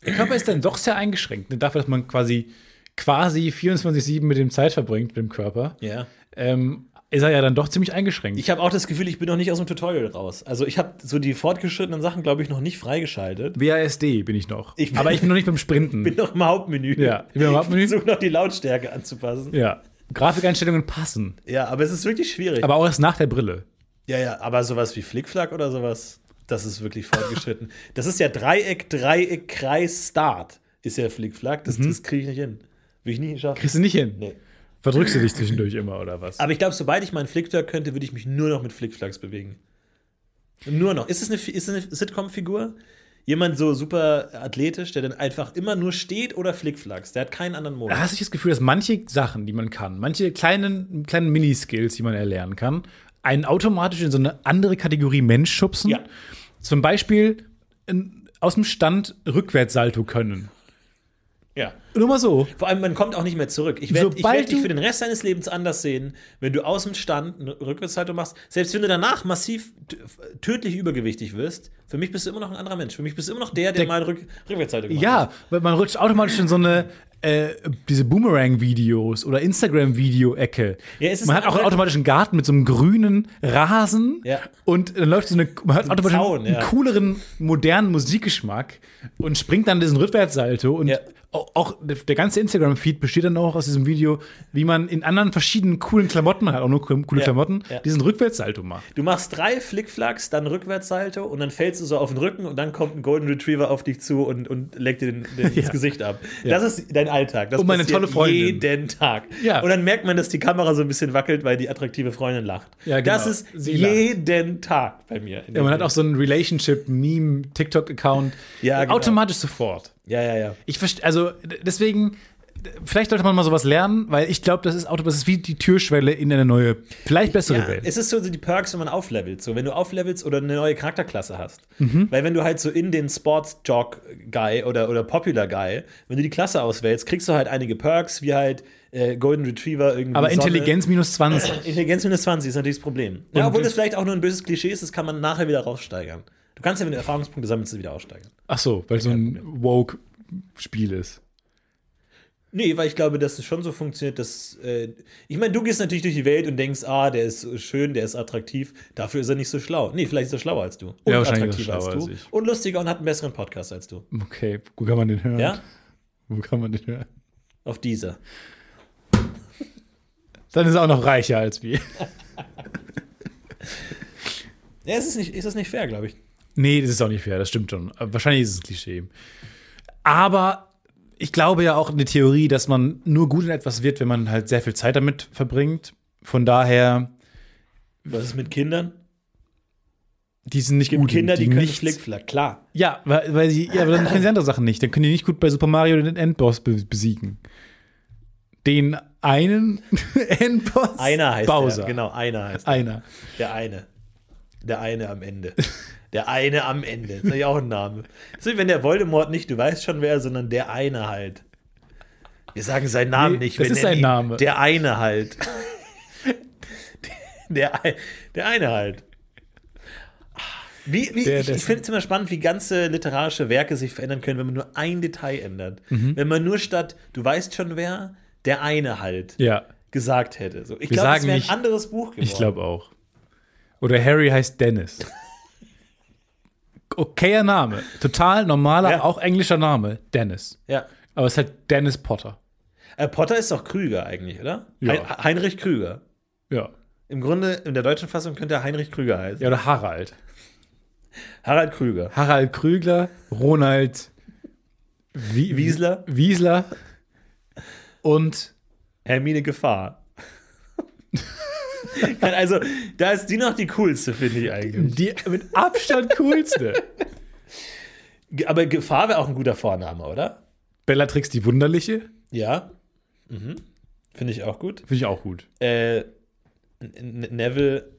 Speaker 2: Der Körper ist dann doch sehr eingeschränkt. Ne? Dafür, dass man quasi, quasi 24-7 mit dem Zeit verbringt, mit dem Körper,
Speaker 4: Ja.
Speaker 2: ähm, ist er ja dann doch ziemlich eingeschränkt.
Speaker 4: Ich habe auch das Gefühl, ich bin noch nicht aus dem Tutorial raus. Also ich habe so die fortgeschrittenen Sachen, glaube ich, noch nicht freigeschaltet.
Speaker 2: WASD bin ich noch.
Speaker 4: Ich bin-
Speaker 2: Aber ich <laughs> bin noch nicht beim Sprinten.
Speaker 4: Bin noch im Hauptmenü.
Speaker 2: Ja, ich bin im Hauptmenü.
Speaker 4: Versuche noch die Lautstärke anzupassen. Ja.
Speaker 2: ja. Grafikeinstellungen passen.
Speaker 4: aber es ist wirklich schwierig.
Speaker 2: Aber auch erst nach der Brille.
Speaker 4: ja, ja, aber sowas wie Flickflack oder sowas, das ist wirklich fortgeschritten. das ist ja Dreieck, Dreieck, Kreis, Start ist ja Flickflack. Das, das kriege ich nicht hin. Will ich nie schaffen.
Speaker 2: Kriegst du nicht hin.
Speaker 4: Nee.
Speaker 2: Verdrückst du dich zwischendurch immer oder was?
Speaker 4: Aber ich glaube, sobald ich meinen Flickflack könnte, würde ich mich nur noch mit Flickflacks bewegen. Nur noch. Ist es eine, ist es eine Sitcom-Figur? Jemand so super athletisch, der dann einfach immer nur steht oder Flickflacks? Der hat keinen anderen
Speaker 2: Da
Speaker 4: Modus.
Speaker 2: hast du das Gefühl, dass manche Sachen, die man kann, manche kleinen, kleinen Miniskills, die man erlernen kann, einen automatisch in so eine andere Kategorie Mensch schubsen?
Speaker 4: Ja.
Speaker 2: Zum Beispiel in, aus dem Stand Rückwärtssalto können.
Speaker 4: Ja.
Speaker 2: Nur mal so.
Speaker 4: Vor allem, man kommt auch nicht mehr zurück. Ich werde ich werd
Speaker 2: Sobald
Speaker 4: dich
Speaker 2: du-
Speaker 4: für den Rest deines Lebens anders sehen, wenn du aus dem Stand eine Rückwärtshaltung machst. Selbst wenn du danach massiv t- tödlich übergewichtig wirst, für mich bist du immer noch ein anderer Mensch. Für mich bist du immer noch der, der, mal eine Rück Rückwärtshaltung macht.
Speaker 2: Ja, weil man rutscht automatisch in so eine äh, diese Boomerang-Videos oder Instagram-Video-Ecke.
Speaker 4: Ja, es ist
Speaker 2: man
Speaker 4: eine
Speaker 2: hat auch einen
Speaker 4: andere-
Speaker 2: automatischen Garten mit so einem grünen Rasen
Speaker 4: Ja.
Speaker 2: und dann läuft so eine, man hat automatisch
Speaker 4: Zaun,
Speaker 2: einen
Speaker 4: ja.
Speaker 2: cooleren, modernen Musikgeschmack und springt dann diesen Rückwärtssalto und
Speaker 4: Ja.
Speaker 2: au- auch der- der ganze Instagram-Feed besteht dann auch aus diesem Video, wie man in anderen verschiedenen coolen Klamotten, man hat auch nur coole
Speaker 4: Ja.
Speaker 2: Klamotten,
Speaker 4: Ja.
Speaker 2: diesen Rückwärtssalto macht.
Speaker 4: Du machst drei Flickflacks, dann Rückwärtssalto und dann fällst du so auf den Rücken und dann kommt ein Golden Retriever auf dich zu und, und leckt dir den,
Speaker 2: <laughs>
Speaker 4: den, das Gesicht ab. Das ist dein Alltag. Das
Speaker 2: Und meine
Speaker 4: passiert
Speaker 2: tolle Freundin.
Speaker 4: Jeden Tag.
Speaker 2: Ja.
Speaker 4: Und dann merkt man, dass die Kamera so ein bisschen wackelt, weil die attraktive Freundin lacht.
Speaker 2: Ja, genau.
Speaker 4: Das ist
Speaker 2: Sie lacht.
Speaker 4: jeden Tag bei mir.
Speaker 2: Ja, man hat auch so einen Relationship-Meme-TikTok-Account.
Speaker 4: Ja, genau.
Speaker 2: Automatisch sofort.
Speaker 4: ja, ja, ja.
Speaker 2: Ich verstehe, also d- deswegen, d- vielleicht sollte man mal sowas lernen, weil ich glaube, das ist Auto, das ist wie die Türschwelle in eine neue, vielleicht bessere
Speaker 4: Ja,
Speaker 2: Welt.
Speaker 4: es ist so die Perks, wenn man auflevelt. So, wenn du auflevelst oder eine neue Charakterklasse hast.
Speaker 2: Mhm.
Speaker 4: Weil wenn du halt so in den Sports-Jog-Guy oder, oder Popular-Guy, wenn du die Klasse auswählst, kriegst du halt einige Perks, wie halt äh, Golden Retriever irgendwie.
Speaker 2: Aber
Speaker 4: Sonne.
Speaker 2: Intelligenz minus
Speaker 4: <laughs>
Speaker 2: 20.
Speaker 4: Intelligenz minus 20 ist natürlich das Problem. Ja, obwohl das vielleicht auch nur ein böses Klischee ist, das kann man nachher wieder raussteigern. Du kannst ja, wenn du Erfahrungspunkte sammelst, wieder aussteigern.
Speaker 2: Ach so, weil so ein Woke-Spiel ist.
Speaker 4: Nee, weil ich glaube, dass es schon so funktioniert, dass. Äh, ich meine, du gehst natürlich durch die Welt und denkst, ah, der ist schön, der ist attraktiv, dafür ist er nicht so schlau. Nee, vielleicht ist er schlauer als du. Und
Speaker 2: Ja, wahrscheinlich ist er
Speaker 4: als
Speaker 2: schlauer
Speaker 4: du.
Speaker 2: als ich.
Speaker 4: und lustiger und hat einen besseren Podcast als du.
Speaker 2: Okay, wo kann man den hören?
Speaker 4: Ja?
Speaker 2: Wo kann man den hören?
Speaker 4: Auf dieser.
Speaker 2: Dann ist er auch noch reicher als wir. <laughs>
Speaker 4: Ja, es ist, nicht, ist das nicht fair, glaube ich.
Speaker 2: Nee, das ist auch nicht fair, das stimmt schon. Aber Wahrscheinlich ist es ein Klischee. Aber ich glaube ja auch in die Theorie, dass man nur gut in etwas wird, wenn man halt sehr viel Zeit damit verbringt. Von daher,
Speaker 4: Was ist mit Kindern?
Speaker 2: die sind nicht
Speaker 4: Gibt
Speaker 2: gut. in-
Speaker 4: Kinder, die, können
Speaker 2: nichts-
Speaker 4: Flickflack, klar.
Speaker 2: Ja, weil, weil sie, ja, aber dann können sie andere Sachen nicht. Dann können die nicht gut bei Super Mario den Endboss be besiegen. Den einen <laughs> Endboss?
Speaker 4: Einer heißt
Speaker 2: Bowser.
Speaker 4: Der, genau, einer heißt
Speaker 2: Einer.
Speaker 4: Der eine. Der eine am Ende. Der eine am Ende. Das ist ja auch ein Name. Das ist wie wenn der Voldemort nicht, du weißt schon wer, sondern der eine halt. Wir sagen seinen Namen
Speaker 2: Nee,
Speaker 4: nicht.
Speaker 2: das
Speaker 4: wir
Speaker 2: ist
Speaker 4: nennen
Speaker 2: sein
Speaker 4: ihn
Speaker 2: Name.
Speaker 4: Der eine halt. Der, Ei- der eine halt. Wie, wie,
Speaker 2: Der
Speaker 4: ich ich
Speaker 2: dessen.
Speaker 4: finde es immer spannend, wie ganze literarische Werke sich verändern können, wenn man nur ein Detail ändert.
Speaker 2: Mhm.
Speaker 4: Wenn man nur statt, du weißt schon wer, der eine halt
Speaker 2: Ja,
Speaker 4: gesagt hätte. So, ich
Speaker 2: Wir
Speaker 4: glaube, es
Speaker 2: sagen
Speaker 4: wäre ein
Speaker 2: nicht-
Speaker 4: anderes Buch geworden.
Speaker 2: ich glaube auch. Oder Harry heißt Dennis. <laughs> Okayer Name. Total normaler,
Speaker 4: Ja.
Speaker 2: auch englischer Name. Dennis.
Speaker 4: Ja.
Speaker 2: Aber es ist halt Dennis Potter.
Speaker 4: Äh, Potter ist doch Krüger eigentlich, oder?
Speaker 2: Ja.
Speaker 4: Hein Heinrich Krüger.
Speaker 2: Ja.
Speaker 4: Im Grunde, in der deutschen Fassung könnte er Heinrich Krüger heißen.
Speaker 2: Ja, oder Harald.
Speaker 4: Harald Krüger.
Speaker 2: Harald Krügler, Ronald Wi-
Speaker 4: Wiesler.
Speaker 2: Wiesler und <laughs>
Speaker 4: Hermine Gefahr. also, da ist die noch die coolste, finde ich eigentlich.
Speaker 2: die mit Abstand coolste. <laughs>
Speaker 4: Ge- Aber Gefahr wäre auch ein guter Vorname, oder?
Speaker 2: Bellatrix die Wunderliche, finde
Speaker 4: Ja. Mhm. Finde ich auch gut.
Speaker 2: ich auch gut.
Speaker 4: Äh, N- N- Neville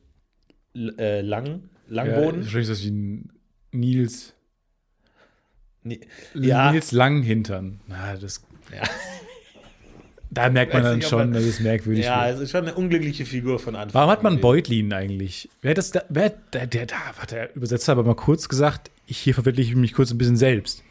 Speaker 4: L- äh, Lang, Langboden.
Speaker 2: wahrscheinlich ist das wie ein Nils,
Speaker 4: Nee. Ja.
Speaker 2: Nils Langhintern. Na, das,
Speaker 4: Ja.
Speaker 2: Da merkt man
Speaker 4: Weiß
Speaker 2: dann
Speaker 4: nicht, ob
Speaker 2: schon,
Speaker 4: man-
Speaker 2: dass es merkwürdig
Speaker 4: ja,
Speaker 2: wird.
Speaker 4: es ist schon eine unglückliche Figur von Anfang
Speaker 2: Warum hat man
Speaker 4: an.
Speaker 2: Beutlin eigentlich? Wer hat das da, wer, der, der, da hat der Übersetzer aber mal kurz gesagt, ich, hier verwirkliche ich mich kurz ein bisschen selbst.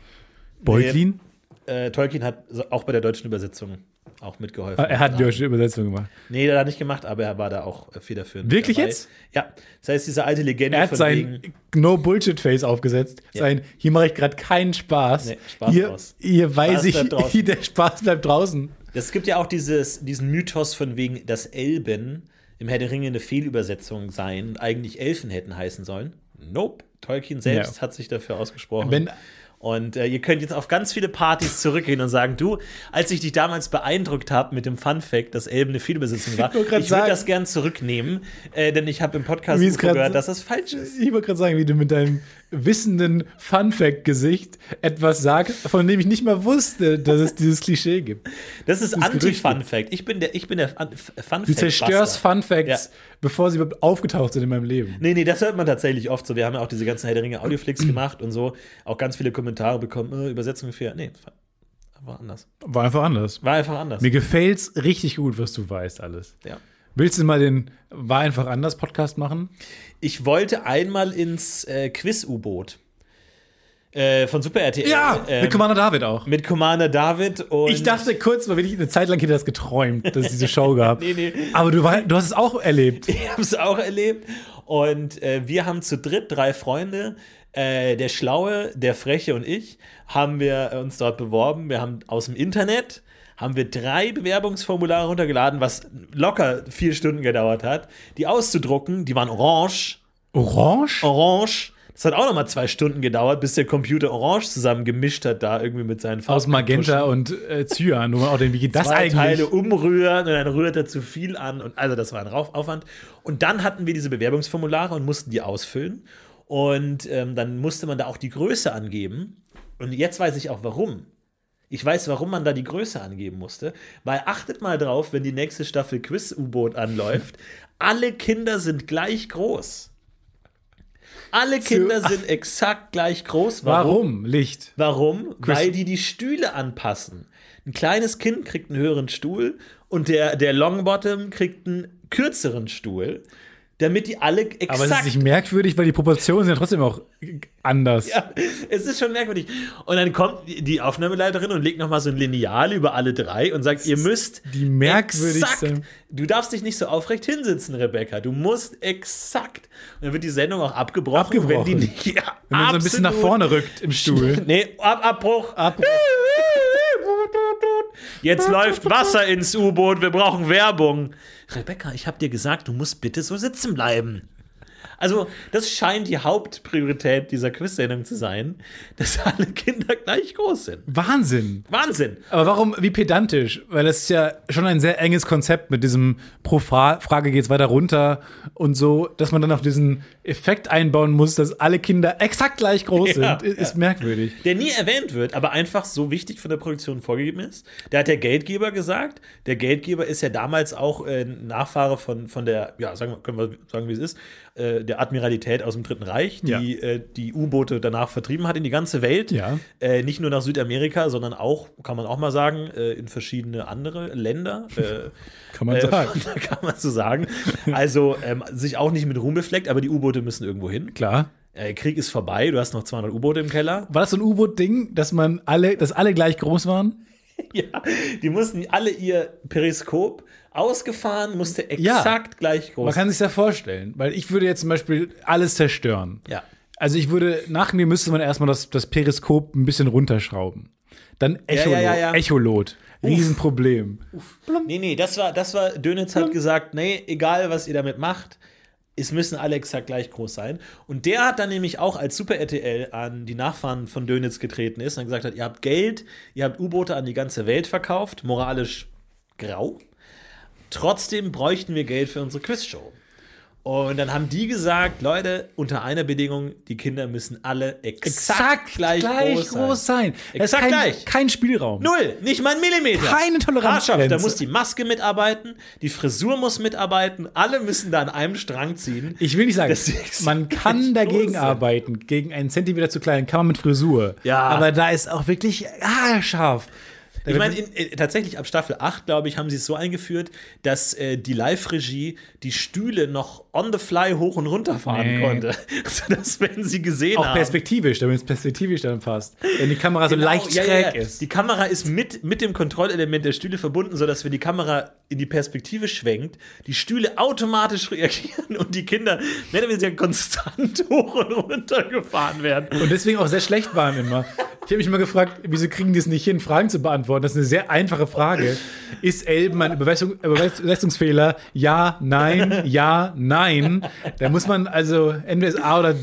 Speaker 2: Beutlin?
Speaker 4: äh, Tolkien hat so- auch bei der deutschen Übersetzung auch mitgeholfen. Also,
Speaker 2: Ah, Er hat die deutsche Übersetzung gemacht.
Speaker 4: Nee, der hat er nicht gemacht, aber er war da auch äh, federführend.
Speaker 2: Wirklich
Speaker 4: dabei.
Speaker 2: jetzt?
Speaker 4: Ja. Das heißt, diese alte Legende
Speaker 2: Er hat
Speaker 4: von
Speaker 2: sein
Speaker 4: wegen,
Speaker 2: No-Bullshit-Face aufgesetzt.
Speaker 4: Ja.
Speaker 2: Sein, hier mache ich gerade keinen Spaß.
Speaker 4: Nee, Spaß
Speaker 2: hier,
Speaker 4: raus.
Speaker 2: hier weiß
Speaker 4: bleibt
Speaker 2: ich, <laughs>
Speaker 4: draußen.
Speaker 2: der Spaß bleibt draußen.
Speaker 4: Es gibt ja auch dieses, diesen Mythos von wegen, dass Elben im Herr der Ringe eine Fehlübersetzung seien und eigentlich Elfen hätten heißen sollen. Nope. Tolkien selbst
Speaker 2: Ja.
Speaker 4: hat sich dafür ausgesprochen.
Speaker 2: Wenn-
Speaker 4: und äh, ihr könnt jetzt auf ganz viele Partys zurückgehen und sagen, du, als ich dich damals beeindruckt habe mit dem Fun Fact, dass Elben eine
Speaker 2: <laughs>
Speaker 4: Fehlübersetzung war,
Speaker 2: wollte grad
Speaker 4: ich würde
Speaker 2: sagen.
Speaker 4: das gern zurücknehmen, äh, denn ich habe im Podcast
Speaker 2: Wie es grad
Speaker 4: gehört,
Speaker 2: so-
Speaker 4: dass das falsch ist.
Speaker 2: Ich wollte gerade sagen, wie du mit deinem wissenden Fun-Fact-Gesicht etwas sagst, von dem ich nicht mal wusste, dass es dieses Klischee
Speaker 4: <laughs>
Speaker 2: gibt.
Speaker 4: Das ist
Speaker 2: Gerücht
Speaker 4: Anti-Fun-Fact. Ich bin der, ich bin der Fun-Fact.
Speaker 2: Du zerstörst Fun-Facts, bevor sie überhaupt aufgetaucht sind in meinem Leben.
Speaker 4: Nee, nee, das hört man tatsächlich oft so. Wir haben ja auch diese ganzen Herr der Ringe
Speaker 2: <clears throat>
Speaker 4: Audioflicks gemacht und so. Auch ganz viele Kommentare bekommen. Äh, Übersetzung für. Nee, war anders.
Speaker 2: War einfach anders.
Speaker 4: War einfach anders.
Speaker 2: Mir gefällt's richtig gut, was du weißt alles.
Speaker 4: Ja.
Speaker 2: Willst du mal den War einfach anders Podcast machen?
Speaker 4: Ich wollte einmal ins äh, Quiz-U-Boot. äh, von Super RTL.
Speaker 2: Ja,
Speaker 4: ähm,
Speaker 2: mit Commander David auch.
Speaker 4: mit Commander David und.
Speaker 2: Ich dachte kurz, mal wirklich eine Zeit lang hätte das geträumt, dass es diese Show gab. <laughs>
Speaker 4: Nee, nee.
Speaker 2: Aber du, war, du hast es auch erlebt.
Speaker 4: <laughs> Ich habe es auch erlebt. Und äh, wir haben zu dritt drei Freunde. Äh, der Schlaue, der Freche und ich haben wir uns dort beworben. Wir haben aus dem Internet haben wir drei Bewerbungsformulare runtergeladen, was locker vier Stunden gedauert hat, die auszudrucken. Die waren orange,
Speaker 2: Orange?
Speaker 4: orange. Das hat auch nochmal zwei Stunden gedauert, bis der Computer orange zusammengemischt hat da irgendwie mit seinen Farben.
Speaker 2: Aus Magenta und äh, Cyan, wo man auch denkt, wie geht das
Speaker 4: zwei
Speaker 2: eigentlich?
Speaker 4: Teile umrühren und dann rührt er zu viel an. Und also das war ein Rauf- Aufwand. Und dann hatten wir diese Bewerbungsformulare und mussten die ausfüllen. Und ähm, dann musste man da auch die Größe angeben. Und jetzt weiß ich auch warum. Ich weiß, warum man da die Größe angeben musste. Weil achtet mal drauf, wenn die nächste Staffel Quiz-U-Boot anläuft, <laughs> alle Kinder sind gleich groß.
Speaker 2: <laughs>
Speaker 4: Alle Kinder sind exakt gleich groß.
Speaker 2: Warum? Licht.
Speaker 4: Warum? Weil die die Stühle anpassen. Ein kleines Kind kriegt einen höheren Stuhl und der, der Longbottom kriegt einen kürzeren Stuhl, damit die alle exakt.
Speaker 2: Aber es ist nicht merkwürdig, weil die Proportionen sind ja trotzdem auch anders.
Speaker 4: ja, <laughs> es ist schon merkwürdig. Und dann kommt die die Aufnahmeleiterin und legt nochmal so ein Lineal über alle drei und sagt, ihr müsst
Speaker 2: Die merkwürdigste.
Speaker 4: exakt, du darfst dich nicht so aufrecht hinsitzen, Rebecca. Du musst exakt. Und dann wird die Sendung auch abgebrochen, wenn die
Speaker 2: Abgebrochen.
Speaker 4: nicht ja,
Speaker 2: Wenn man so ein bisschen nach
Speaker 4: absolut
Speaker 2: vorne rückt im <laughs> Stuhl.
Speaker 4: Nee, Ab Abbruch.
Speaker 2: Abbruch.
Speaker 4: Jetzt läuft Wasser ins U-Boot, wir brauchen Werbung. Rebecca, ich habe dir gesagt, du musst bitte so sitzen bleiben. Also, das scheint die Hauptpriorität dieser Quiz-Sendung zu sein, dass alle Kinder gleich groß sind.
Speaker 2: Wahnsinn.
Speaker 4: Wahnsinn.
Speaker 2: Aber warum, wie pedantisch? Weil das ist ja schon ein sehr enges Konzept mit diesem pro Fra Frage geht's weiter runter und so, dass man dann auch diesen Effekt einbauen muss, dass alle Kinder exakt gleich groß
Speaker 4: Ja,
Speaker 2: sind, i- ist merkwürdig.
Speaker 4: der nie erwähnt wird, aber einfach so wichtig von der Produktion vorgegeben ist. Da hat der Geldgeber gesagt, der Geldgeber ist ja damals auch äh, Nachfahre von, von der, ja, sagen, wir- können wir sagen, wie es ist, äh, der Admiralität aus dem Dritten Reich, die
Speaker 2: Ja.
Speaker 4: äh, die U-Boote danach vertrieben hat in die ganze Welt.
Speaker 2: Ja.
Speaker 4: Äh, nicht nur nach Südamerika, sondern auch, kann man auch mal sagen, äh, in verschiedene andere
Speaker 2: <laughs>
Speaker 4: Länder. Äh,
Speaker 2: Kann man
Speaker 4: äh, <laughs>
Speaker 2: sagen.
Speaker 4: Kann man so sagen. Also ähm, sich auch nicht mit Ruhm befleckt, aber die U-Boote müssen irgendwo hin.
Speaker 2: Klar.
Speaker 4: Äh, Krieg ist vorbei, du hast noch 200 U-Boote im Keller.
Speaker 2: War das so ein U-Boot-Ding, dass man alle, dass alle gleich groß waren?
Speaker 4: Ja, die mussten alle ihr Periskop ausgefahren, musste
Speaker 2: Ja.
Speaker 4: exakt gleich groß.
Speaker 2: Man kann sich ja vorstellen, weil ich würde jetzt zum Beispiel alles zerstören.
Speaker 4: ja.
Speaker 2: Also ich würde, nach mir müsste man erstmal das, das Periskop ein bisschen runterschrauben. Dann Echolot.
Speaker 4: ja, ja, ja.
Speaker 2: Echolot. Riesenproblem.
Speaker 4: Nee, nee, das war, das war, Dönitz hat gesagt, nee, egal was ihr damit macht, es müssen alle exakt gleich groß sein. Und der hat dann nämlich auch als Super RTL an die Nachfahren von Dönitz getreten ist und gesagt hat, ihr habt Geld, ihr habt U-Boote an die ganze Welt verkauft, moralisch grau. Trotzdem bräuchten wir Geld für unsere Quizshow. Und dann haben die gesagt, Leute, unter einer Bedingung, die Kinder müssen alle exakt, gleich, groß,
Speaker 2: sein.
Speaker 4: sein.
Speaker 2: Das ist
Speaker 4: Exakt
Speaker 2: kein,
Speaker 4: gleich.
Speaker 2: kein Spielraum.
Speaker 4: Null, nicht mal ein Millimeter.
Speaker 2: Keine Toleranzgrenze.
Speaker 4: Herrschaft, da muss die Maske mitarbeiten, die Frisur muss mitarbeiten, alle müssen da an einem Strang ziehen.
Speaker 2: Ich will nicht sagen,
Speaker 4: Das ist <laughs>
Speaker 2: man kann
Speaker 4: nicht
Speaker 2: dagegen
Speaker 4: groß.
Speaker 2: arbeiten. Gegen einen Zentimeter zu klein kann man mit Frisur.
Speaker 4: Ja.
Speaker 2: Aber da ist auch wirklich ah, haarscharf.
Speaker 4: Ich meine, in- äh, tatsächlich ab Staffel 8, glaube ich, haben sie es so eingeführt, dass äh, die Live-Regie die Stühle noch on the fly hoch und runter fahren
Speaker 2: Nee.
Speaker 4: konnte. <laughs> Sodass, wenn sie gesehen
Speaker 2: auch
Speaker 4: haben.
Speaker 2: perspektivisch, damit es perspektivisch dann passt. Wenn die Kamera so leicht
Speaker 4: Genau. ja,
Speaker 2: schräg
Speaker 4: ja, ja.
Speaker 2: ist.
Speaker 4: Die Kamera ist mit, mit dem Kontrollelement der Stühle verbunden, sodass wenn die Kamera in die Perspektive schwenkt, die Stühle automatisch reagieren und die Kinder, mehr oder weniger konstant <laughs> hoch und runter gefahren werden.
Speaker 2: Und deswegen auch sehr schlecht waren immer. Ich habe mich immer gefragt, wieso kriegen die es nicht hin, Fragen zu beantworten? Das ist eine sehr einfache Frage. Ist Elben ein Übersetzung, Übersetzungsfehler? Ja, nein, ja, nein. Da muss man also entweder ist A oder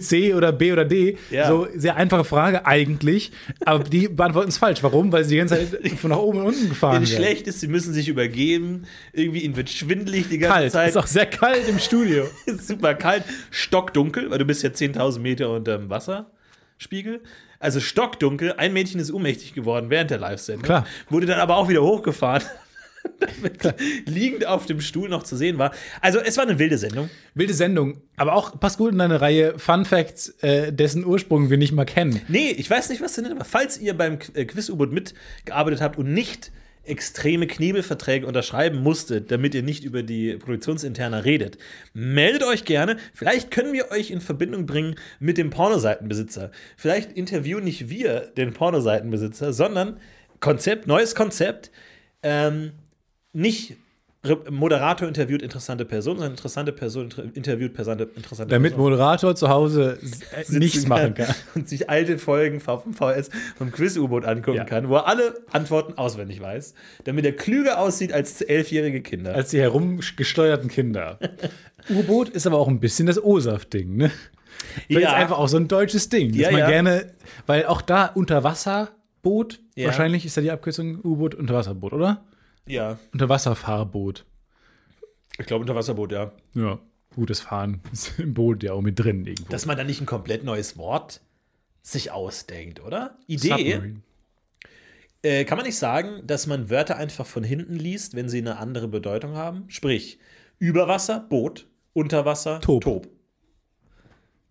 Speaker 2: C oder B oder D.
Speaker 4: Ja.
Speaker 2: So sehr einfache Frage eigentlich. Aber die beantworten es falsch. Warum? Weil sie die ganze Zeit von nach oben und unten gefahren
Speaker 4: Wenn
Speaker 2: werden.
Speaker 4: schlecht ist, sie müssen sich übergeben. Irgendwie ihnen wird schwindelig die ganze
Speaker 2: Kalt.
Speaker 4: Zeit.
Speaker 2: Ist auch sehr kalt im Studio.
Speaker 4: <laughs> ist super kalt, stockdunkel, weil du bist ja 10.000 Meter unter dem Wasserspiegel. Also stockdunkel, ein Mädchen ist ohnmächtig geworden während der Live-Sendung.
Speaker 2: Klar.
Speaker 4: Wurde dann aber auch wieder hochgefahren, <laughs> damit sie liegend auf dem Stuhl noch zu sehen war. Also es war eine wilde Sendung.
Speaker 2: Wilde Sendung. Aber auch passt gut in eine Reihe Fun Facts, äh, dessen Ursprung wir nicht mal kennen.
Speaker 4: Nee, ich weiß nicht, was denn, aber falls ihr beim Qu- äh, Quiz-U-Boot mitgearbeitet habt und nicht extreme Knebelverträge unterschreiben musstet, damit ihr nicht über die Produktionsinterna redet, meldet euch gerne. Vielleicht können wir euch in Verbindung bringen mit dem Pornoseitenbesitzer. Vielleicht interviewen nicht wir den Pornoseitenbesitzer, sondern Konzept, neues Konzept. Ähm, nicht Re- Moderator interviewt interessante Person, sondern interessante Person inter interviewt persante, interessante
Speaker 2: Damit
Speaker 4: Person.
Speaker 2: Moderator zu Hause äh,
Speaker 4: sitzen
Speaker 2: nichts machen kann.
Speaker 4: <laughs> Und sich alte Folgen vom VS vom Quiz-U-Boot angucken
Speaker 2: Ja.
Speaker 4: kann, wo er alle Antworten auswendig weiß, damit er klüger aussieht als elfjährige Kinder.
Speaker 2: Als die herumgesteuerten Kinder. U-Boot ist aber auch ein bisschen das O-Saft-Ding, ne? Das
Speaker 4: Ja.
Speaker 2: ist einfach auch so ein deutsches Ding, dass
Speaker 4: Ja,
Speaker 2: man
Speaker 4: ja.
Speaker 2: gerne, weil auch da Unterwasserboot,
Speaker 4: Ja.
Speaker 2: wahrscheinlich ist da die Abkürzung U-Boot, Unterwasserboot, oder?
Speaker 4: ja,
Speaker 2: Unterwasserfahrboot.
Speaker 4: ich glaube Unterwasserboot, ja.
Speaker 2: Ja, gutes Fahren <laughs> ist im Boot ja auch mit drin irgendwo.
Speaker 4: Dass man da nicht ein komplett neues Wort sich ausdenkt, oder? Idee.
Speaker 2: Submarine.
Speaker 4: Äh, kann man nicht sagen, dass man Wörter einfach von hinten liest, wenn sie eine andere Bedeutung haben? Sprich, über Wasser, Boot, unter Wasser,
Speaker 2: Tob.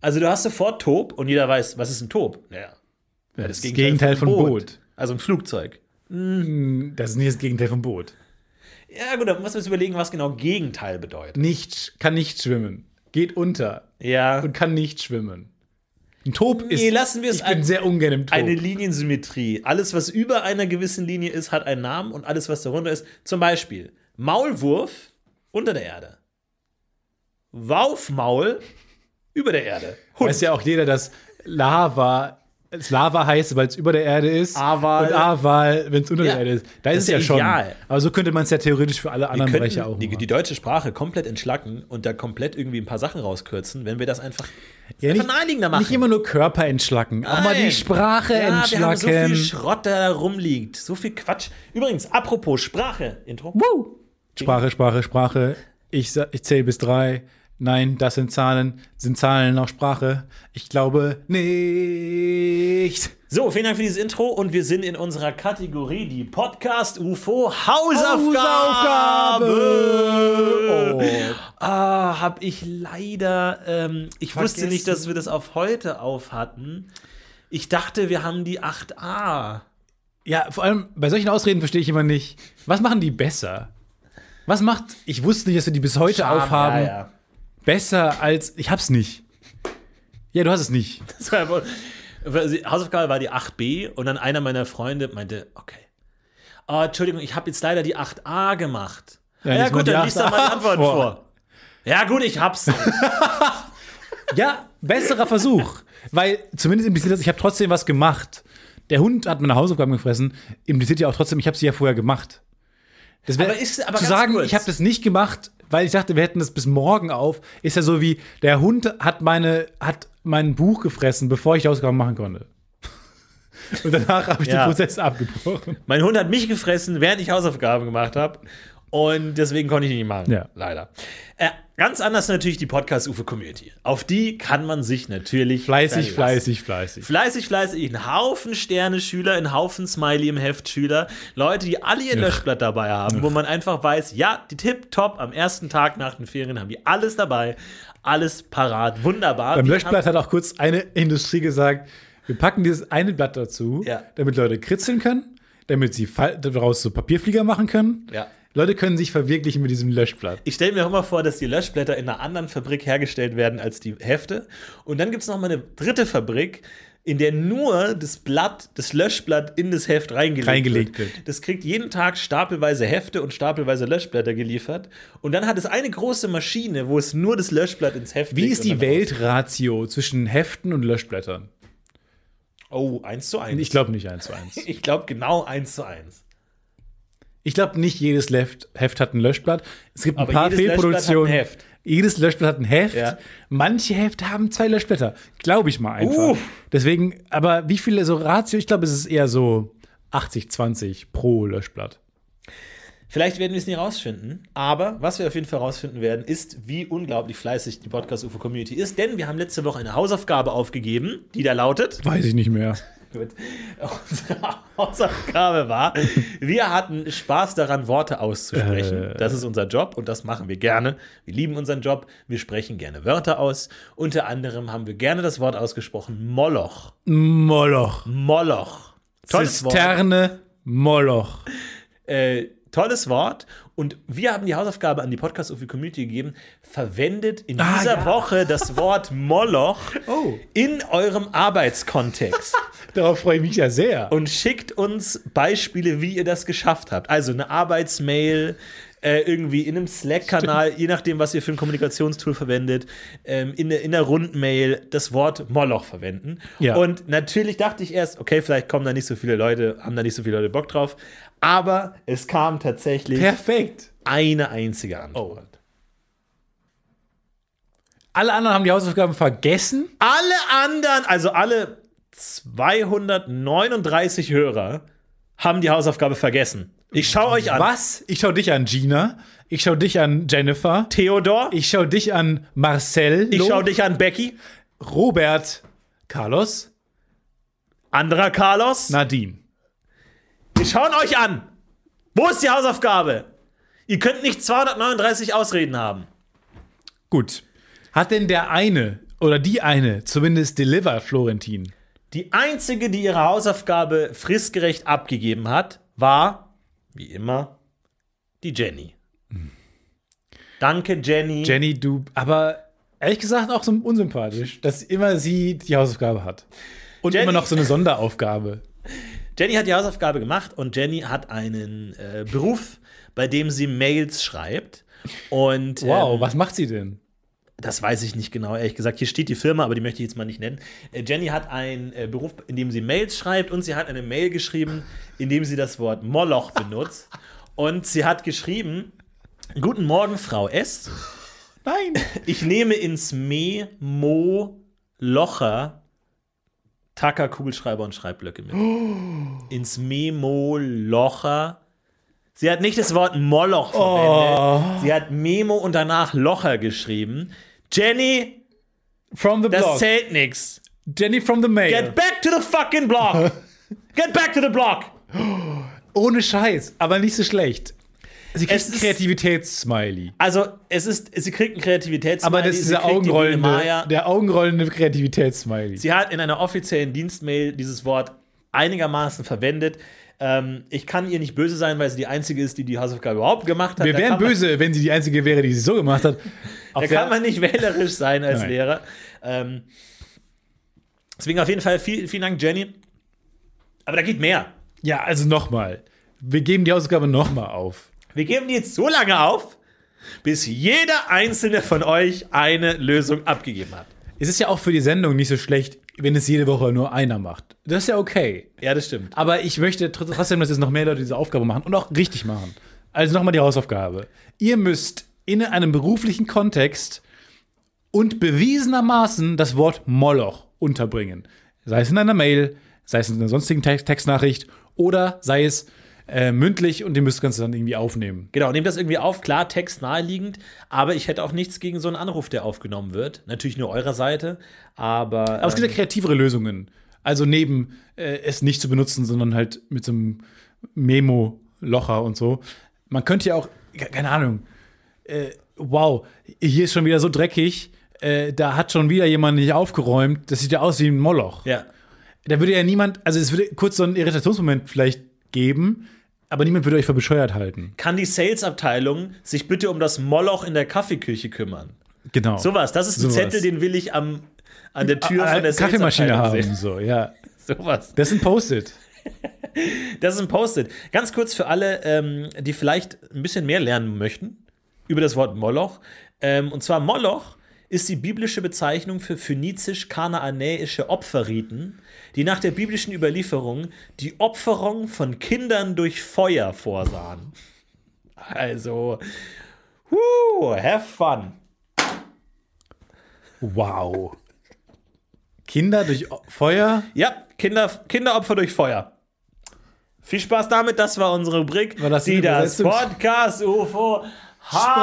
Speaker 4: Also du hast sofort Tob und jeder weiß, was ist ein Tob? Naja,
Speaker 2: Ja, das, Gegenteil,
Speaker 4: von
Speaker 2: von Boot.
Speaker 4: Also ein Flugzeug.
Speaker 2: Das ist nicht das Gegenteil von Boot.
Speaker 4: Ja, gut, dann muss man uns überlegen, was genau Gegenteil bedeutet.
Speaker 2: Nicht, kann nicht schwimmen. Geht unter
Speaker 4: Ja.
Speaker 2: und kann nicht schwimmen. Ein Tob ist.
Speaker 4: Nee, lassen wir es
Speaker 2: ich bin
Speaker 4: ein-
Speaker 2: sehr ungern im Tob.
Speaker 4: Eine Liniensymmetrie. Alles, was über einer gewissen Linie ist, hat einen Namen und alles, was darunter ist, zum Beispiel Maulwurf unter der Erde. Waufmaul über der Erde. Hund.
Speaker 2: Weiß ja auch jeder, dass Lava. es Lava heißt, weil es über der Erde ist.
Speaker 4: Aval.
Speaker 2: Und Aval, wenn es unter
Speaker 4: Ja,
Speaker 2: der Erde ist. Da ist
Speaker 4: das ist
Speaker 2: es ja
Speaker 4: ja
Speaker 2: schon.
Speaker 4: ideal.
Speaker 2: Aber so könnte man es ja theoretisch für alle anderen
Speaker 4: wir
Speaker 2: Bereiche auch
Speaker 4: könnten die,
Speaker 2: machen.
Speaker 4: die deutsche Sprache komplett entschlacken und da komplett irgendwie ein paar Sachen rauskürzen, wenn wir das einfach
Speaker 2: ja,
Speaker 4: einfach
Speaker 2: nicht,
Speaker 4: naheliegender machen.
Speaker 2: nicht immer nur Körper entschlacken, auch mal die
Speaker 4: Nein.
Speaker 2: Sprache
Speaker 4: ja,
Speaker 2: entschlacken.
Speaker 4: Wir haben so viel Schrott, der da rumliegt. So viel Quatsch. Übrigens, apropos Sprache, Intro.
Speaker 2: Sprache, Sprache, Sprache. Ich, sa- ich zähle bis drei. Nein, das sind Zahlen. Sind Zahlen auch Sprache? Ich glaube nicht.
Speaker 4: So, vielen Dank für dieses Intro und wir sind in unserer Kategorie die Podcast UFO Hausaufgabe.
Speaker 2: Oh.
Speaker 4: Oh. Ah, hab ich leider. Ähm, ich wusste
Speaker 2: Vergessen.
Speaker 4: nicht, dass wir das auf heute auf hatten. Ich dachte, wir haben die 8a.
Speaker 2: Ja, vor allem bei solchen Ausreden verstehe ich immer nicht. Was machen die besser? Was macht, ich wusste nicht, dass wir die bis heute aufhaben,
Speaker 4: Ja, <laughs> ja.
Speaker 2: besser als, ich hab's nicht. Ja, du hast es nicht.
Speaker 4: Das war wohl- weil sie- Hausaufgabe war die 8b und dann einer meiner Freunde meinte, okay. Ah, Entschuldigung, ich habe jetzt leider die 8a gemacht.
Speaker 2: Ja,
Speaker 4: Ja,
Speaker 2: lies mal
Speaker 4: gut,
Speaker 2: die
Speaker 4: dann liest er meine
Speaker 2: 8a
Speaker 4: Antworten
Speaker 2: vor.
Speaker 4: vor. Ja gut, ich hab's.
Speaker 2: Ja, besserer Versuch. Weil zumindest impliziert das, ich habe trotzdem was gemacht. Der Hund hat meine Hausaufgaben gefressen, impliziert ja auch trotzdem, ich habe sie ja vorher gemacht. Das wär,
Speaker 4: Aber ist- aber
Speaker 2: zu
Speaker 4: ganz
Speaker 2: sagen,
Speaker 4: kurz.
Speaker 2: ich habe das nicht gemacht, weil ich dachte, wir hätten das bis morgen auf, ist ja so wie, der Hund hat, meine, hat mein Buch gefressen, bevor ich die Hausaufgaben machen konnte. Und danach habe ich
Speaker 4: Ja.
Speaker 2: den Prozess abgebrochen.
Speaker 4: mein Hund hat mich gefressen, während ich Hausaufgaben gemacht habe. Und deswegen konnte ich ihn nicht machen.
Speaker 2: Ja.
Speaker 4: Leider. Äh, ganz anders natürlich die Podcast-UFO-Community. Auf die kann man sich natürlich.
Speaker 2: Fleißig,
Speaker 4: verlassen.
Speaker 2: fleißig, fleißig.
Speaker 4: Fleißig, fleißig, ein Haufen Sterne-Schüler, ein Haufen Smiley im Heft-Schüler, Leute, die alle ihr Löschblatt dabei haben, wo man einfach weiß, ja, die Tipp-Top am ersten Tag nach den Ferien haben die alles dabei, alles parat, wunderbar.
Speaker 2: Beim
Speaker 4: Wir
Speaker 2: Löschblatt hat auch kurz eine Industrie gesagt, wir packen dieses eine Blatt dazu,
Speaker 4: Ja.
Speaker 2: damit Leute kritzeln können, damit sie fal- daraus so Papierflieger machen können.
Speaker 4: Haben, ja.
Speaker 2: Leute können sich verwirklichen mit diesem Löschblatt.
Speaker 4: Ich stelle mir auch immer vor, dass die Löschblätter in einer anderen Fabrik hergestellt werden als die Hefte. Und dann gibt es mal eine dritte Fabrik, in der nur das Blatt, das Löschblatt in das Heft reingelegt,
Speaker 2: Reingelegt
Speaker 4: wird.
Speaker 2: wird.
Speaker 4: Das kriegt jeden Tag stapelweise Hefte und stapelweise Löschblätter geliefert. Und dann hat es eine große Maschine, wo es nur das Löschblatt ins Heft
Speaker 2: Wie
Speaker 4: legt
Speaker 2: ist
Speaker 4: und
Speaker 2: die
Speaker 4: dann
Speaker 2: Weltratio zwischen Heften und Löschblättern?
Speaker 4: raus- Oh, eins zu eins.
Speaker 2: Ich glaube nicht eins zu eins.
Speaker 4: ich glaube genau eins zu eins.
Speaker 2: Ich glaube nicht jedes Left Heft hat ein Löschblatt. Es gibt ein
Speaker 4: Aber
Speaker 2: paar
Speaker 4: jedes Löschblatt
Speaker 2: Fehlproduktionen.
Speaker 4: hat ein Heft.
Speaker 2: Jedes Löschblatt hat ein Heft.
Speaker 4: Ja.
Speaker 2: Manche Hefte haben zwei Löschblätter. Glaube ich mal einfach.
Speaker 4: Uff.
Speaker 2: Deswegen, aber wie viele so Ratio? Ich glaube, es ist eher so 80-20 pro Löschblatt.
Speaker 4: Vielleicht werden wir es nie rausfinden, aber was wir auf jeden Fall rausfinden werden, ist, wie unglaublich fleißig die Podcast-UFO-Community ist, denn wir haben letzte Woche eine Hausaufgabe aufgegeben, die da lautet.
Speaker 2: Weiß ich nicht mehr.
Speaker 4: Gut. <laughs> Unsere Hausaufgabe war, wir hatten Spaß daran, Worte auszusprechen. Das ist unser Job und das machen wir gerne. Wir lieben unseren Job, wir sprechen gerne Wörter aus. Unter anderem haben wir gerne das Wort ausgesprochen: Moloch.
Speaker 2: Moloch.
Speaker 4: Moloch. Tolles Wort.
Speaker 2: Zisterne Moloch.
Speaker 4: Äh, tolles Wort. Und wir haben die Hausaufgabe an die podcast ufi community gegeben. Verwendet in
Speaker 2: Ah,
Speaker 4: dieser Woche das
Speaker 2: <laughs>
Speaker 4: Wort Moloch
Speaker 2: Oh.
Speaker 4: in eurem Arbeitskontext.
Speaker 2: Darauf freue ich mich ja sehr.
Speaker 4: und schickt uns Beispiele, wie ihr das geschafft habt. Also eine Arbeitsmail, äh, irgendwie in einem Slack-Kanal, je nachdem, was ihr für ein Kommunikationstool verwendet, ähm, in, der- in der Rundmail das Wort Moloch verwenden.
Speaker 2: Ja.
Speaker 4: Und natürlich dachte ich erst, okay, vielleicht kommen da nicht so viele Leute, haben da nicht so viele Leute Bock drauf. Aber es kam tatsächlich
Speaker 2: Perfekt.
Speaker 4: eine einzige Antwort.
Speaker 2: Alle anderen haben die Hausaufgaben vergessen.
Speaker 4: Alle anderen, also alle 239 Hörer, haben die Hausaufgabe vergessen. Ich schaue euch an.
Speaker 2: Was? Ich schaue dich an, Gina. Ich schaue dich an, Jennifer.
Speaker 4: Theodor, ich,
Speaker 2: Ich schaue dich an, Marcel.
Speaker 4: schaue dich an, Becky,
Speaker 2: Robert. Carlos.
Speaker 4: anderer Carlos.
Speaker 2: Nadine.
Speaker 4: Wir schauen euch an. Wo ist die Hausaufgabe? Ihr könnt nicht 239 Ausreden haben.
Speaker 2: Gut. Hat denn der eine oder die eine zumindest delivered, Florentin?
Speaker 4: Die einzige, die ihre Hausaufgabe fristgerecht abgegeben hat, war, wie immer, die Jenny. Danke, Hm. Jenny.
Speaker 2: Jenny, du, aber ehrlich gesagt auch so unsympathisch, dass immer sie die Hausaufgabe hat. Und
Speaker 4: Jenny-
Speaker 2: immer noch so eine Sonderaufgabe.
Speaker 4: Jenny hat die Hausaufgabe gemacht und Jenny hat einen äh, Beruf, bei dem sie Mails schreibt. Und
Speaker 2: Wow,
Speaker 4: ähm,
Speaker 2: was macht sie denn?
Speaker 4: Das weiß ich nicht genau, ehrlich gesagt. Hier steht die Firma, aber die möchte ich jetzt mal nicht nennen. Äh, Jenny hat einen äh, Beruf, in dem sie Mails schreibt und sie hat eine Mail geschrieben, in dem sie das Wort Moloch benutzt. Und sie hat geschrieben: Guten Morgen, Frau S.
Speaker 2: Nein.
Speaker 4: Ich nehme ins Me, Mo, Locher Tacker, Kugelschreiber und Schreibblöcke mit.
Speaker 2: Oh.
Speaker 4: Ins Memo, Locher. Sie hat nicht das Wort Moloch
Speaker 2: Oh.
Speaker 4: verwendet. Sie hat Memo und danach Locher geschrieben. Jenny,
Speaker 2: From the
Speaker 4: das
Speaker 2: blog.
Speaker 4: zählt nix.
Speaker 2: Jenny from the mail.
Speaker 4: Get back to the fucking
Speaker 2: <laughs>
Speaker 4: block. Get back to the block.
Speaker 2: Ohne Scheiß, aber nicht so schlecht. Sie kriegt
Speaker 4: Es
Speaker 2: ein
Speaker 4: ist-
Speaker 2: Kreativitäts-Smiley.
Speaker 4: Also, es ist, sie kriegt einen Kreativitäts.
Speaker 2: Aber das ist
Speaker 4: sie
Speaker 2: der
Speaker 4: kriegt die Biene Maya.
Speaker 2: augenrollende, der augenrollende Kreativitäts-Smiley.
Speaker 4: Sie hat in einer offiziellen Dienstmail dieses Wort einigermaßen verwendet. Ähm, ich kann ihr nicht böse sein, weil sie die einzige ist, die die Hausaufgabe überhaupt gemacht hat.
Speaker 2: Wir
Speaker 4: Da
Speaker 2: wären
Speaker 4: kann man-
Speaker 2: böse, wenn sie die Einzige wäre, die sie so gemacht hat. Auf
Speaker 4: Da
Speaker 2: der-
Speaker 4: kann man nicht wählerisch sein als
Speaker 2: Nein.
Speaker 4: Lehrer. Ähm, deswegen auf jeden Fall viel, vielen Dank, Jenny. Aber da geht mehr.
Speaker 2: ja, also nochmal. Wir geben die Hausaufgabe nochmal auf.
Speaker 4: Wir geben die jetzt so lange auf, bis jeder einzelne von euch eine Lösung abgegeben hat.
Speaker 2: Es ist ja auch für die Sendung nicht so schlecht, wenn es jede Woche nur einer macht. Das ist ja okay.
Speaker 4: Ja, das stimmt.
Speaker 2: Aber ich möchte tr- trotzdem, dass jetzt noch mehr Leute diese Aufgabe machen und auch richtig machen. Also nochmal die Hausaufgabe. Ihr müsst in einem beruflichen Kontext und bewiesenermaßen das Wort Moloch unterbringen. Sei es in einer Mail, sei es in einer sonstigen Text Textnachricht oder sei es äh, mündlich und ihr müsst das Ganze dann irgendwie aufnehmen.
Speaker 4: Genau, nehmt das irgendwie auf, klar, Text naheliegend, aber ich hätte auch nichts gegen so einen Anruf, der aufgenommen wird. Natürlich nur eurer Seite, aber.
Speaker 2: Aber es
Speaker 4: ähm,
Speaker 2: gibt ja kreativere Lösungen. Also neben äh, es nicht zu benutzen, sondern halt mit so einem Memo-Locher und so. Man könnte ja auch, ke- keine Ahnung, äh, wow, hier ist schon wieder so dreckig, äh, da hat schon wieder jemand nicht aufgeräumt, das sieht ja aus wie ein Moloch.
Speaker 4: ja.
Speaker 2: Da würde ja niemand, also es würde kurz so einen Irritationsmoment vielleicht geben, aber niemand würde euch für bescheuert halten.
Speaker 4: Kann die Sales-Abteilung sich bitte um das Moloch in der Kaffeeküche kümmern?
Speaker 2: Genau.
Speaker 4: Sowas, das ist ein
Speaker 2: Sowas.
Speaker 4: Zettel, den will ich am, an der Tür
Speaker 2: Ah,
Speaker 4: von der
Speaker 2: Kaffeemaschine
Speaker 4: Sales-Abteilung
Speaker 2: haben,
Speaker 4: sehen.
Speaker 2: so, ja.
Speaker 4: Sowas.
Speaker 2: Das ist ein Post-it.
Speaker 4: Das ist ein Post-it. Ganz kurz für alle, ähm, die vielleicht ein bisschen mehr lernen möchten über das Wort Moloch. Ähm, und zwar Moloch ist die biblische Bezeichnung für phönizisch-kanaanäische Opferriten, die nach der biblischen Überlieferung die Opferung von Kindern durch Feuer vorsahen. Also, whoo, have fun.
Speaker 2: Wow. Kinder durch O- Feuer.
Speaker 4: Ja, Kinder, Kinderopfer durch Feuer. Viel Spaß damit, das war unsere Rubrik,
Speaker 2: War das
Speaker 4: die
Speaker 2: eine
Speaker 4: das
Speaker 2: Übersetzung?
Speaker 4: Podcast UFO
Speaker 2: Sprache.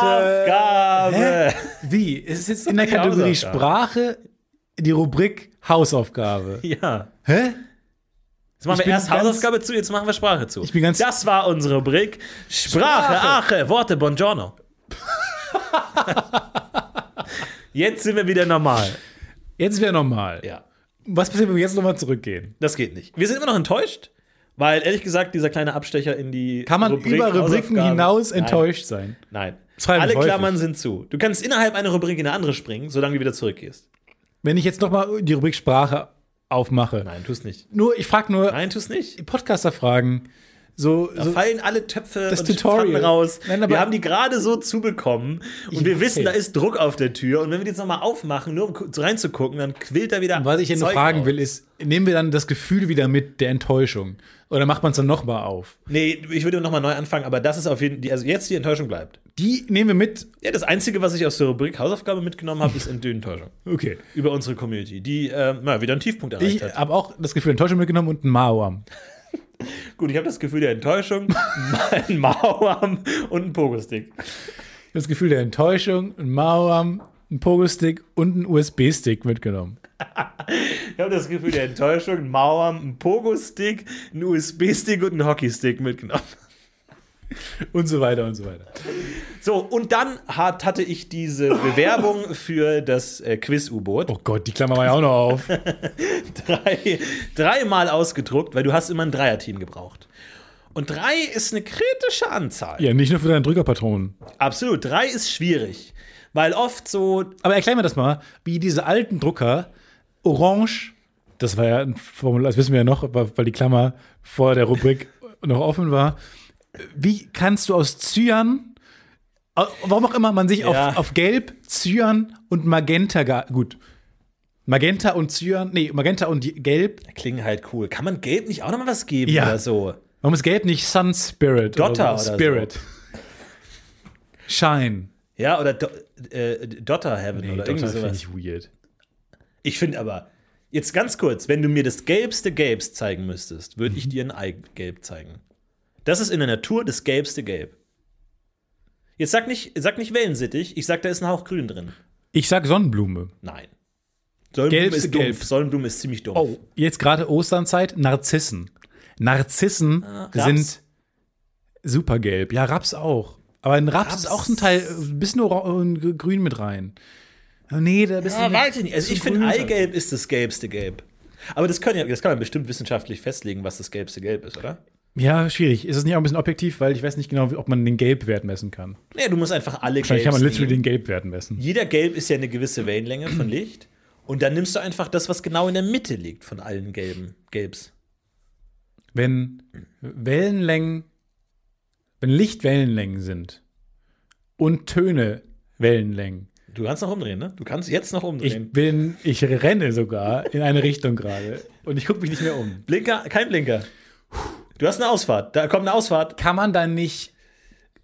Speaker 4: Hausaufgabe.
Speaker 2: Wie? Es ist jetzt in der
Speaker 4: Die
Speaker 2: Kategorie
Speaker 4: Hausaufgabe.
Speaker 2: Sprache die Rubrik Hausaufgabe.
Speaker 4: Ja.
Speaker 2: Hä?
Speaker 4: Jetzt machen
Speaker 2: Ich
Speaker 4: wir
Speaker 2: bin
Speaker 4: erst
Speaker 2: ganz-
Speaker 4: Hausaufgabe zu, jetzt machen wir Sprache zu. Ich
Speaker 2: bin ganz-
Speaker 4: das war unsere Rubrik Sprache, Ache,
Speaker 2: <laughs>
Speaker 4: Worte, Buongiorno. jetzt sind wir wieder normal.
Speaker 2: Jetzt wäre nochmal.
Speaker 4: Ja.
Speaker 2: Was passiert, wenn wir jetzt nochmal zurückgehen?
Speaker 4: Das geht nicht. Wir sind immer noch enttäuscht Weil ehrlich gesagt, dieser kleine Abstecher in die.
Speaker 2: Kann man
Speaker 4: Rubrik
Speaker 2: über Rubriken
Speaker 4: Hausaufgaben-
Speaker 2: hinaus
Speaker 4: Nein.
Speaker 2: enttäuscht sein?
Speaker 4: Nein.
Speaker 2: schreibe
Speaker 4: Alle
Speaker 2: ich häufig.
Speaker 4: Klammern sind zu. Du kannst innerhalb einer Rubrik in eine andere springen, solange du wieder zurückgehst.
Speaker 2: Wenn ich jetzt nochmal die Rubrik Sprache aufmache.
Speaker 4: Nein, tu's nicht.
Speaker 2: Nur, ich frage nur
Speaker 4: Nein, tu's nicht.
Speaker 2: Podcaster-Fragen. So,
Speaker 4: Da
Speaker 2: so
Speaker 4: fallen alle Töpfe
Speaker 2: Das
Speaker 4: und
Speaker 2: Tutorial.
Speaker 4: Pfannen raus.
Speaker 2: Nein, aber-
Speaker 4: wir haben die gerade so zubekommen und wir wissen, da ist Druck auf der Tür. Und wenn wir die jetzt nochmal aufmachen, nur um ku- reinzugucken, dann quillt da wieder.
Speaker 2: was ich hier nur
Speaker 4: Zeug
Speaker 2: fragen
Speaker 4: raus.
Speaker 2: will, ist, nehmen wir dann das Gefühl wieder mit der Enttäuschung? Oder macht man es dann nochmal auf?
Speaker 4: Nee, ich würde nochmal neu anfangen, aber das ist auf jeden Fall. Also jetzt die Enttäuschung bleibt.
Speaker 2: Die nehmen wir mit.
Speaker 4: Ja, das Einzige, was ich aus der Rubrik Hausaufgabe mitgenommen habe, ist Enttäuschung.
Speaker 2: Okay.
Speaker 4: Über unsere Community, die äh, na, wieder einen Tiefpunkt erreicht
Speaker 2: Ich
Speaker 4: hat.
Speaker 2: habe auch das Gefühl Enttäuschung mitgenommen und einen Mauam.
Speaker 4: Gut, ich habe das Gefühl der Enttäuschung, <laughs> ein Mauerarm und ein Pogo-Stick.
Speaker 2: Ich habe das Gefühl der Enttäuschung, einen Mauam, einen Pogo-Stick und einen USB-Stick mitgenommen.
Speaker 4: Ich habe das Gefühl der Enttäuschung, ein Mauerarm, ein Pogo-Stick, ein USB-Stick und ein Hockey-Stick mitgenommen.
Speaker 2: Und so weiter und so weiter.
Speaker 4: So, und dann hat, hatte ich diese Bewerbung für das äh, Quiz-U-Boot.
Speaker 2: Oh Gott, die Klammer war ja auch noch auf.
Speaker 4: Drei, dreimal ausgedruckt, weil du hast immer ein Dreier-Team gebraucht. Und drei ist eine kritische Anzahl.
Speaker 2: Ja, nicht nur für deine Drückerpatronen.
Speaker 4: Absolut, drei ist schwierig. Weil oft so,
Speaker 2: Aber erklär mir das mal, wie diese alten Drucker, orange, das war ja ein Formular, das wissen wir ja noch, weil weil die Klammer vor der Rubrik noch offen war. Wie kannst du aus Cyan, au- warum auch immer man sich
Speaker 4: Ja.
Speaker 2: auf, auf Gelb, Cyan und Magenta, ge- gut, Magenta und Cyan, nee, Magenta und Gelb,
Speaker 4: klingen halt cool. Kann man Gelb nicht auch nochmal was geben
Speaker 2: Ja.
Speaker 4: oder so?
Speaker 2: warum ist Gelb nicht Sun Spirit?
Speaker 4: Dotter
Speaker 2: so?
Speaker 4: oder so.
Speaker 2: Spirit. Shine.
Speaker 4: Ja, oder Do äh, Dotter Heaven
Speaker 2: Nee,
Speaker 4: oder
Speaker 2: Dotter
Speaker 4: irgendwie
Speaker 2: finde
Speaker 4: sowas.
Speaker 2: ich weird.
Speaker 4: Ich finde aber, jetzt ganz kurz, wenn du mir das gelbste Gelbs zeigen müsstest, würde
Speaker 2: Mhm.
Speaker 4: ich dir ein Eigelb zeigen. Das ist in der Natur das gelbste Gelb. Jetzt sag nicht, sag nicht wellensittich, ich sag, da ist ein Hauch grün drin.
Speaker 2: Ich sag Sonnenblume.
Speaker 4: Nein. Sonnenblume
Speaker 2: Gelbste
Speaker 4: ist dumpf.
Speaker 2: Gelb.
Speaker 4: Sonnenblume ist ziemlich dumpf.
Speaker 2: Oh, jetzt gerade Osternzeit, Narzissen. Narzissen
Speaker 4: Ah, Raps.
Speaker 2: sind supergelb. Ja, Raps auch. Aber ein Raps,
Speaker 4: Raps.
Speaker 2: ist auch ein Teil, äh, ein bisschen ora- äh, gr- grün mit rein. Oh, nee, da bist
Speaker 4: Ja,
Speaker 2: du.
Speaker 4: weiß ich nicht. Also
Speaker 2: zu
Speaker 4: ich finde,
Speaker 2: grün.
Speaker 4: Eigelb ist das gelbste Gelb. Aber das, können ja, das kann man bestimmt wissenschaftlich festlegen, was das gelbste Gelb ist, oder?
Speaker 2: Ja, schwierig. Ist es nicht auch ein bisschen objektiv, weil ich weiß nicht genau, wie- ob man den Gelbwert messen kann.
Speaker 4: Naja, du musst einfach alle
Speaker 2: Wahrscheinlich kann man
Speaker 4: Gelbs
Speaker 2: literally
Speaker 4: nehmen.
Speaker 2: den Gelbwert messen.
Speaker 4: jeder Gelb ist ja eine gewisse
Speaker 2: <clears throat>
Speaker 4: Wellenlänge von Licht. Und dann nimmst du einfach das, was genau in der Mitte liegt von allen gelben Gelbs.
Speaker 2: Wenn Wellenlängen, wenn Licht Wellenlängen sind und Töne Wellenlängen.
Speaker 4: Du kannst noch umdrehen, ne? Du kannst jetzt noch umdrehen.
Speaker 2: Ich bin, ich renne sogar in eine Richtung gerade und ich gucke mich nicht mehr um.
Speaker 4: Blinker, kein Blinker. Du hast eine Ausfahrt. Da kommt eine Ausfahrt.
Speaker 2: kann man dann nicht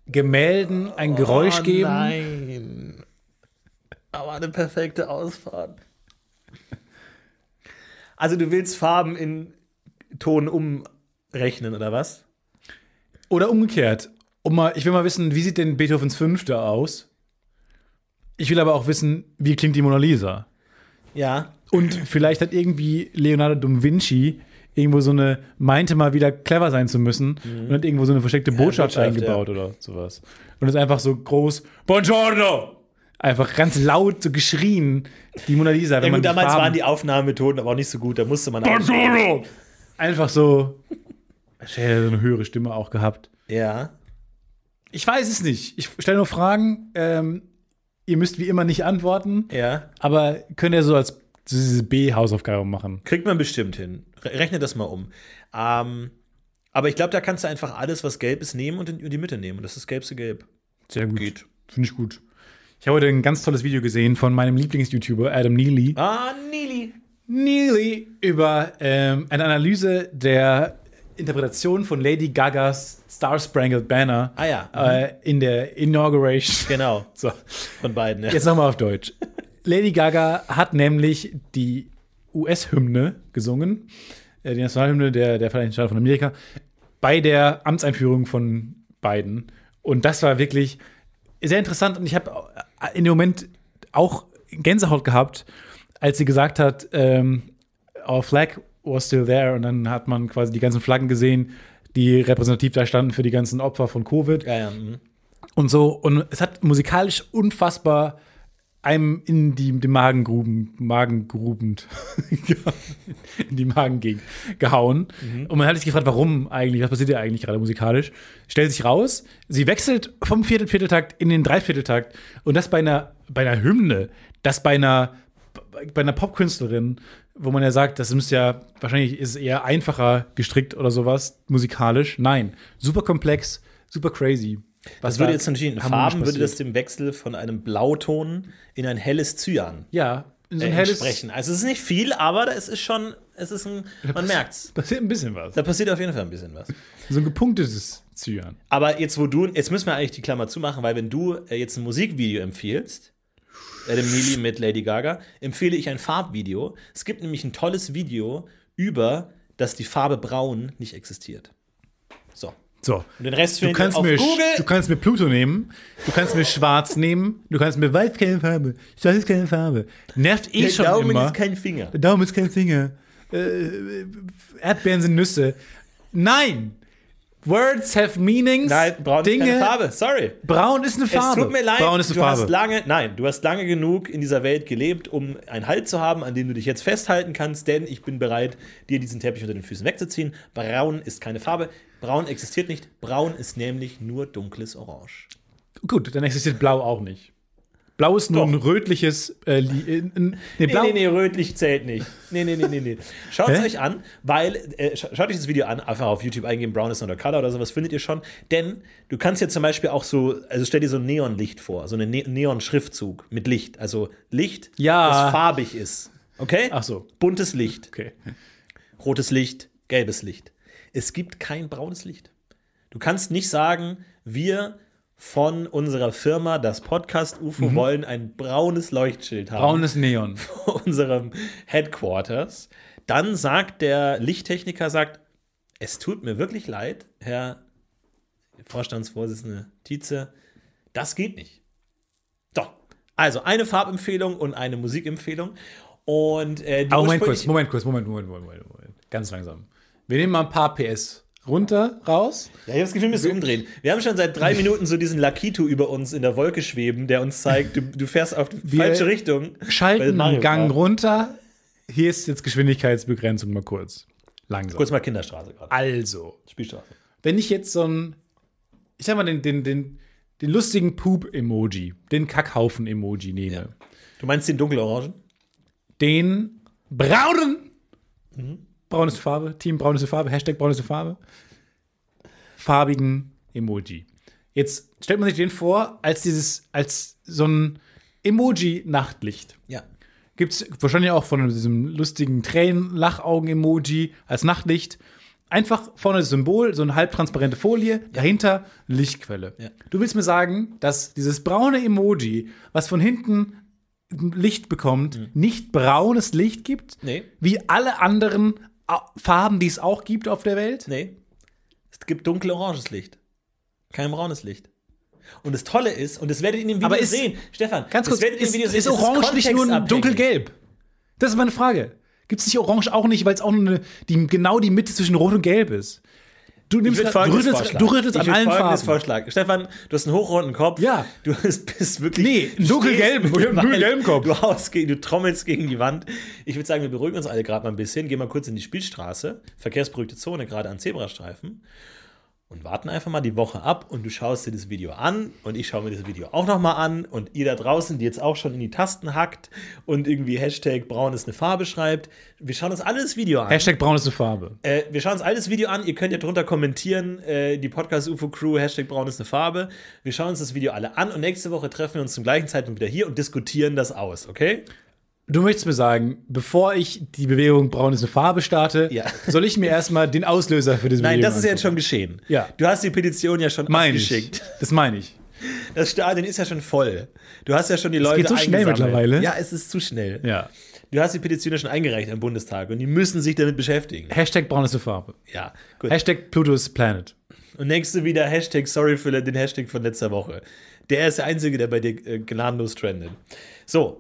Speaker 2: Gemälden ein Geräusch geben?
Speaker 4: Oh Nein. Aber eine perfekte Ausfahrt. Also du willst Farben in Ton umrechnen, oder was?
Speaker 2: Oder umgekehrt. Um mal, ich will mal wissen, wie sieht denn Beethovens Fünfte aus? Ich will aber auch wissen, wie klingt die Mona Lisa?
Speaker 4: Ja.
Speaker 2: Und vielleicht hat irgendwie Leonardo da Vinci irgendwo so eine, meinte mal wieder clever sein zu müssen
Speaker 4: Mhm.
Speaker 2: und hat irgendwo so eine versteckte Botschaft,
Speaker 4: Botschaft,
Speaker 2: eingebaut oder sowas. Und ist einfach so groß, Buongiorno! Einfach ganz laut so geschrien, die Mona Lisa. Wenn
Speaker 4: Ja
Speaker 2: man
Speaker 4: gut, damals
Speaker 2: Farben-
Speaker 4: waren die Aufnahmemethoden aber auch nicht so gut. Da musste man auch-
Speaker 2: einfach so. Ich hätte so eine höhere Stimme auch gehabt.
Speaker 4: Ja.
Speaker 2: Ich weiß es nicht. Ich stelle nur Fragen. Ähm, ihr müsst wie immer nicht antworten,
Speaker 4: Ja.
Speaker 2: aber könnt ihr so als diese B-Hausaufgabe machen.
Speaker 4: Kriegt man bestimmt hin. Re- Rechne das mal um. Ähm, aber ich glaube, da kannst du einfach alles, was gelb ist, nehmen und in die Mitte nehmen. Und das ist gelbste Gelb.
Speaker 2: Sehr gut.
Speaker 4: Geht.
Speaker 2: Finde ich gut. Ich habe heute ein ganz tolles Video gesehen von meinem Lieblings-YouTuber Adam Neely.
Speaker 4: Ah, Nili.
Speaker 2: Neely über ähm, eine Analyse der Interpretation von Lady Gagas Star Spangled Banner
Speaker 4: Ah ja.
Speaker 2: äh, in der Inauguration.
Speaker 4: Genau.
Speaker 2: So.
Speaker 4: Von beiden. Ja.
Speaker 2: Jetzt nochmal auf Deutsch. Lady Gaga hat nämlich die US-Hymne gesungen, äh, die Nationalhymne der, der Vereinigten Staaten von Amerika, bei der Amtseinführung von Biden. Und das war wirklich sehr interessant. Und ich habe in dem Moment auch Gänsehaut gehabt, als sie gesagt hat, ähm, our flag was still there. Und dann hat man quasi die ganzen Flaggen gesehen, die repräsentativ da standen für die ganzen Opfer von Covid
Speaker 4: Ja, ja. mhm.
Speaker 2: und so. Und es hat musikalisch unfassbar einem in die, die Magengruben, Magengrubend, <laughs> in die Magengegend gehauen. Und man hat sich gefragt, warum eigentlich, was passiert hier eigentlich gerade musikalisch? Stellt sich raus, sie wechselt vom Viertel Vierteltakt in den Dreivierteltakt und das bei einer, bei einer Hymne, das bei einer, bei einer Popkünstlerin, wo man ja sagt, das ist ja, wahrscheinlich ist es eher einfacher gestrickt oder sowas, musikalisch. Nein, super komplex, super crazy. Was
Speaker 4: Das würde
Speaker 2: da
Speaker 4: jetzt natürlich in
Speaker 2: harmonisch
Speaker 4: Farben würde
Speaker 2: passiert.
Speaker 4: das dem Wechsel von einem Blauton in ein helles Cyan
Speaker 2: ja, in so
Speaker 4: äh,
Speaker 2: ein helles. <laughs>
Speaker 4: entsprechen. Also es ist nicht viel, aber es ist schon, es ist ein, man merkt's.
Speaker 2: Passiert ein bisschen was.
Speaker 4: Da passiert auf jeden Fall ein bisschen was.
Speaker 2: So ein gepunktetes Zyan.
Speaker 4: Aber jetzt, wo du, jetzt müssen wir eigentlich die Klammer zumachen, weil wenn du äh, jetzt ein Musikvideo empfiehlst, Adam Neely mit Lady Gaga, empfehle ich ein Farbvideo. Es gibt nämlich ein tolles Video über, dass die Farbe Braun nicht existiert. So.
Speaker 2: So.
Speaker 4: Und den Rest
Speaker 2: Du
Speaker 4: findet ihr
Speaker 2: kannst,
Speaker 4: auf
Speaker 2: mir,
Speaker 4: Google.
Speaker 2: du kannst mir Pluto nehmen, du kannst mir Schwarz <laughs> nehmen, du kannst mir Weiß keine Farbe, Schwarz ist keine Farbe. Nervt eh
Speaker 4: der
Speaker 2: schon
Speaker 4: Daumen
Speaker 2: immer.
Speaker 4: ist kein Finger.
Speaker 2: Der Daumen ist kein Finger. Äh, Erdbeeren sind Nüsse. Nein! Words have meanings.
Speaker 4: Nein, braun ist
Speaker 2: Dinge,
Speaker 4: keine Farbe. Sorry.
Speaker 2: Braun ist eine Farbe.
Speaker 4: Es tut mir leid,
Speaker 2: Braun ist eine
Speaker 4: du
Speaker 2: Farbe.
Speaker 4: hast lange, nein, du hast lange genug in dieser Welt gelebt, um einen Halt zu haben, an dem du dich jetzt festhalten kannst, denn ich bin bereit, dir diesen Teppich unter den Füßen wegzuziehen. Braun ist keine Farbe. Braun existiert nicht. Braun ist nämlich nur dunkles Orange.
Speaker 2: Gut, dann existiert Blau auch nicht. Blau ist nur ein rötliches. Äh, li- äh, äh, nee,
Speaker 4: Nee,
Speaker 2: Blau.
Speaker 4: nee, nee, rötlich zählt nicht. Nee, nee, nee, nee, nee. Schaut es
Speaker 2: Hä?
Speaker 4: euch an, weil, äh, scha- schaut euch das Video an, einfach auf YouTube eingeben, Brown is not a color oder sowas, findet ihr schon. Denn du kannst ja zum Beispiel auch so, also stell dir so ein Neonlicht vor, so einen ne Neon-Schriftzug mit Licht. Also Licht,
Speaker 2: Ja.
Speaker 4: das farbig ist. Okay?
Speaker 2: Ach so.
Speaker 4: Buntes Licht,
Speaker 2: Okay.
Speaker 4: rotes Licht, gelbes Licht. Es gibt kein braunes Licht. Du kannst nicht sagen, wir von unserer Firma, das Podcast UFO,
Speaker 2: Mhm.
Speaker 4: wollen ein braunes Leuchtschild haben
Speaker 2: Braun ist
Speaker 4: <laughs>
Speaker 2: Neon.
Speaker 4: unserem Headquarters. Dann sagt der Lichttechniker, sagt, es tut mir wirklich leid, Herr Vorstandsvorsitzende Tietze, das geht nicht. So, also eine Farbempfehlung und eine Musikempfehlung. Und äh, die
Speaker 2: Aber Moment kurz,
Speaker 4: ursprünglich-
Speaker 2: Moment kurz, Moment, Moment, Moment, Moment, Moment. Ganz langsam. Wir nehmen mal ein paar PS runter, raus.
Speaker 4: Ja, ich habe das Gefühl, wir müssen umdrehen. Wir haben schon seit
Speaker 2: <laughs>
Speaker 4: drei Minuten so diesen Lakito über uns in der Wolke schweben, der uns zeigt, du, du fährst auf die
Speaker 2: <laughs>
Speaker 4: falsche Richtung. Weil
Speaker 2: Schalten
Speaker 4: Mario
Speaker 2: einen Gang
Speaker 4: Kart.
Speaker 2: runter. Hier ist jetzt Geschwindigkeitsbegrenzung mal kurz. Langsam.
Speaker 4: Kurz mal Kinderstraße gerade.
Speaker 2: Also,
Speaker 4: Spielstraße.
Speaker 2: wenn ich jetzt so einen, ich sag mal, den, den, den, den lustigen Poop-Emoji, den Kackhaufen-Emoji nehme,
Speaker 4: Du meinst den dunkelorangen?
Speaker 2: den braunen, braun ist Farbe, Team braun ist Farbe, Hashtag braun ist Farbe, farbigen Emoji. Jetzt stellt man sich den vor als dieses, als so ein Emoji-Nachtlicht.
Speaker 4: Ja.
Speaker 2: Gibt es wahrscheinlich auch von diesem lustigen Tränen-Lachaugen-Emoji als Nachtlicht. Einfach vorne das Symbol, so eine halbtransparente Folie, dahinter Lichtquelle.
Speaker 4: Ja.
Speaker 2: Du willst mir sagen, dass dieses braune Emoji, was von hinten Licht bekommt, nicht braunes Licht gibt?
Speaker 4: Mhm. Nee.
Speaker 2: Wie alle anderen Au- Farben, die es auch gibt auf der Welt?
Speaker 4: Nee. Es gibt dunkel-oranges Licht. Kein braunes Licht. Und das Tolle ist, und das werdet ihr in dem Video
Speaker 2: Aber ist-
Speaker 4: sehen, Stefan,
Speaker 2: Ganz kurz,
Speaker 4: das werdet ihr
Speaker 2: ist,
Speaker 4: im Video
Speaker 2: ist,
Speaker 4: sehen, es
Speaker 2: orange nicht nur ein
Speaker 4: kontextabhängig.
Speaker 2: dunkelgelb? Das ist meine Frage. Gibt es nicht orange auch nicht, weil es auch nur eine, die, genau die Mitte zwischen rot und gelb ist? Du,
Speaker 4: Ich
Speaker 2: nimmst,
Speaker 4: würd
Speaker 2: du
Speaker 4: folgendes
Speaker 2: rüttelst, du
Speaker 4: vorschlagen.
Speaker 2: rüttelst
Speaker 4: Ich
Speaker 2: an
Speaker 4: würd
Speaker 2: allen
Speaker 4: folgendes
Speaker 2: Farben.
Speaker 4: Vorschlag. Stefan, du hast einen hochroten Kopf.
Speaker 2: Ja.
Speaker 4: Du bist, bist wirklich.
Speaker 2: Nee, einen dunkelgelben.
Speaker 4: stehst
Speaker 2: Ich hab einen
Speaker 4: mit
Speaker 2: dunkelgelben Kopf.
Speaker 4: Du, haust gegen, du trommelst gegen die Wand. Ich würde sagen, wir beruhigen uns alle gerade mal ein bisschen, gehen mal kurz in die Spielstraße, verkehrsberuhigte Zone, gerade an Zebrastreifen. Und warten einfach mal die Woche ab und du schaust dir das Video an und ich schaue mir das Video auch nochmal an und ihr da draußen, die jetzt auch schon in die Tasten hackt und irgendwie Hashtag braun ist eine Farbe schreibt, wir schauen uns alle das Video an.
Speaker 2: Hashtag braun ist eine Farbe.
Speaker 4: Äh, wir schauen uns alles Video an. Ihr könnt ja drunter kommentieren. Äh, die Podcast-UFO-Crew, Hashtag braun ist eine Farbe. Wir schauen uns das Video alle an und nächste Woche treffen wir uns zum gleichen Zeitpunkt wieder hier und diskutieren das aus, okay?
Speaker 2: Du möchtest mir sagen, bevor ich die Bewegung braun ist eine Farbe starte,
Speaker 4: Ja.
Speaker 2: soll ich mir erstmal den Auslöser für das
Speaker 4: Nein,
Speaker 2: Video
Speaker 4: das ist ja jetzt schon geschehen.
Speaker 2: Ja.
Speaker 4: Du hast die Petition ja schon
Speaker 2: mein ich.
Speaker 4: abgeschickt.
Speaker 2: Das meine ich.
Speaker 4: Das Stadion ist ja schon voll. Du hast ja schon die Leute.
Speaker 2: geht so schnell
Speaker 4: eingesammelt.
Speaker 2: mittlerweile.
Speaker 4: Ja, es ist zu schnell.
Speaker 2: Ja.
Speaker 4: Du hast die Petition ja schon eingereicht im Bundestag und die müssen sich damit beschäftigen.
Speaker 2: Hashtag braun ist eine Farbe.
Speaker 4: Ja, gut.
Speaker 2: Hashtag Pluto is Planet.
Speaker 4: Und nächste wieder Hashtag sorry für den Hashtag von letzter Woche. Der ist der einzige, der bei dir äh, gnadenlos trendet. So.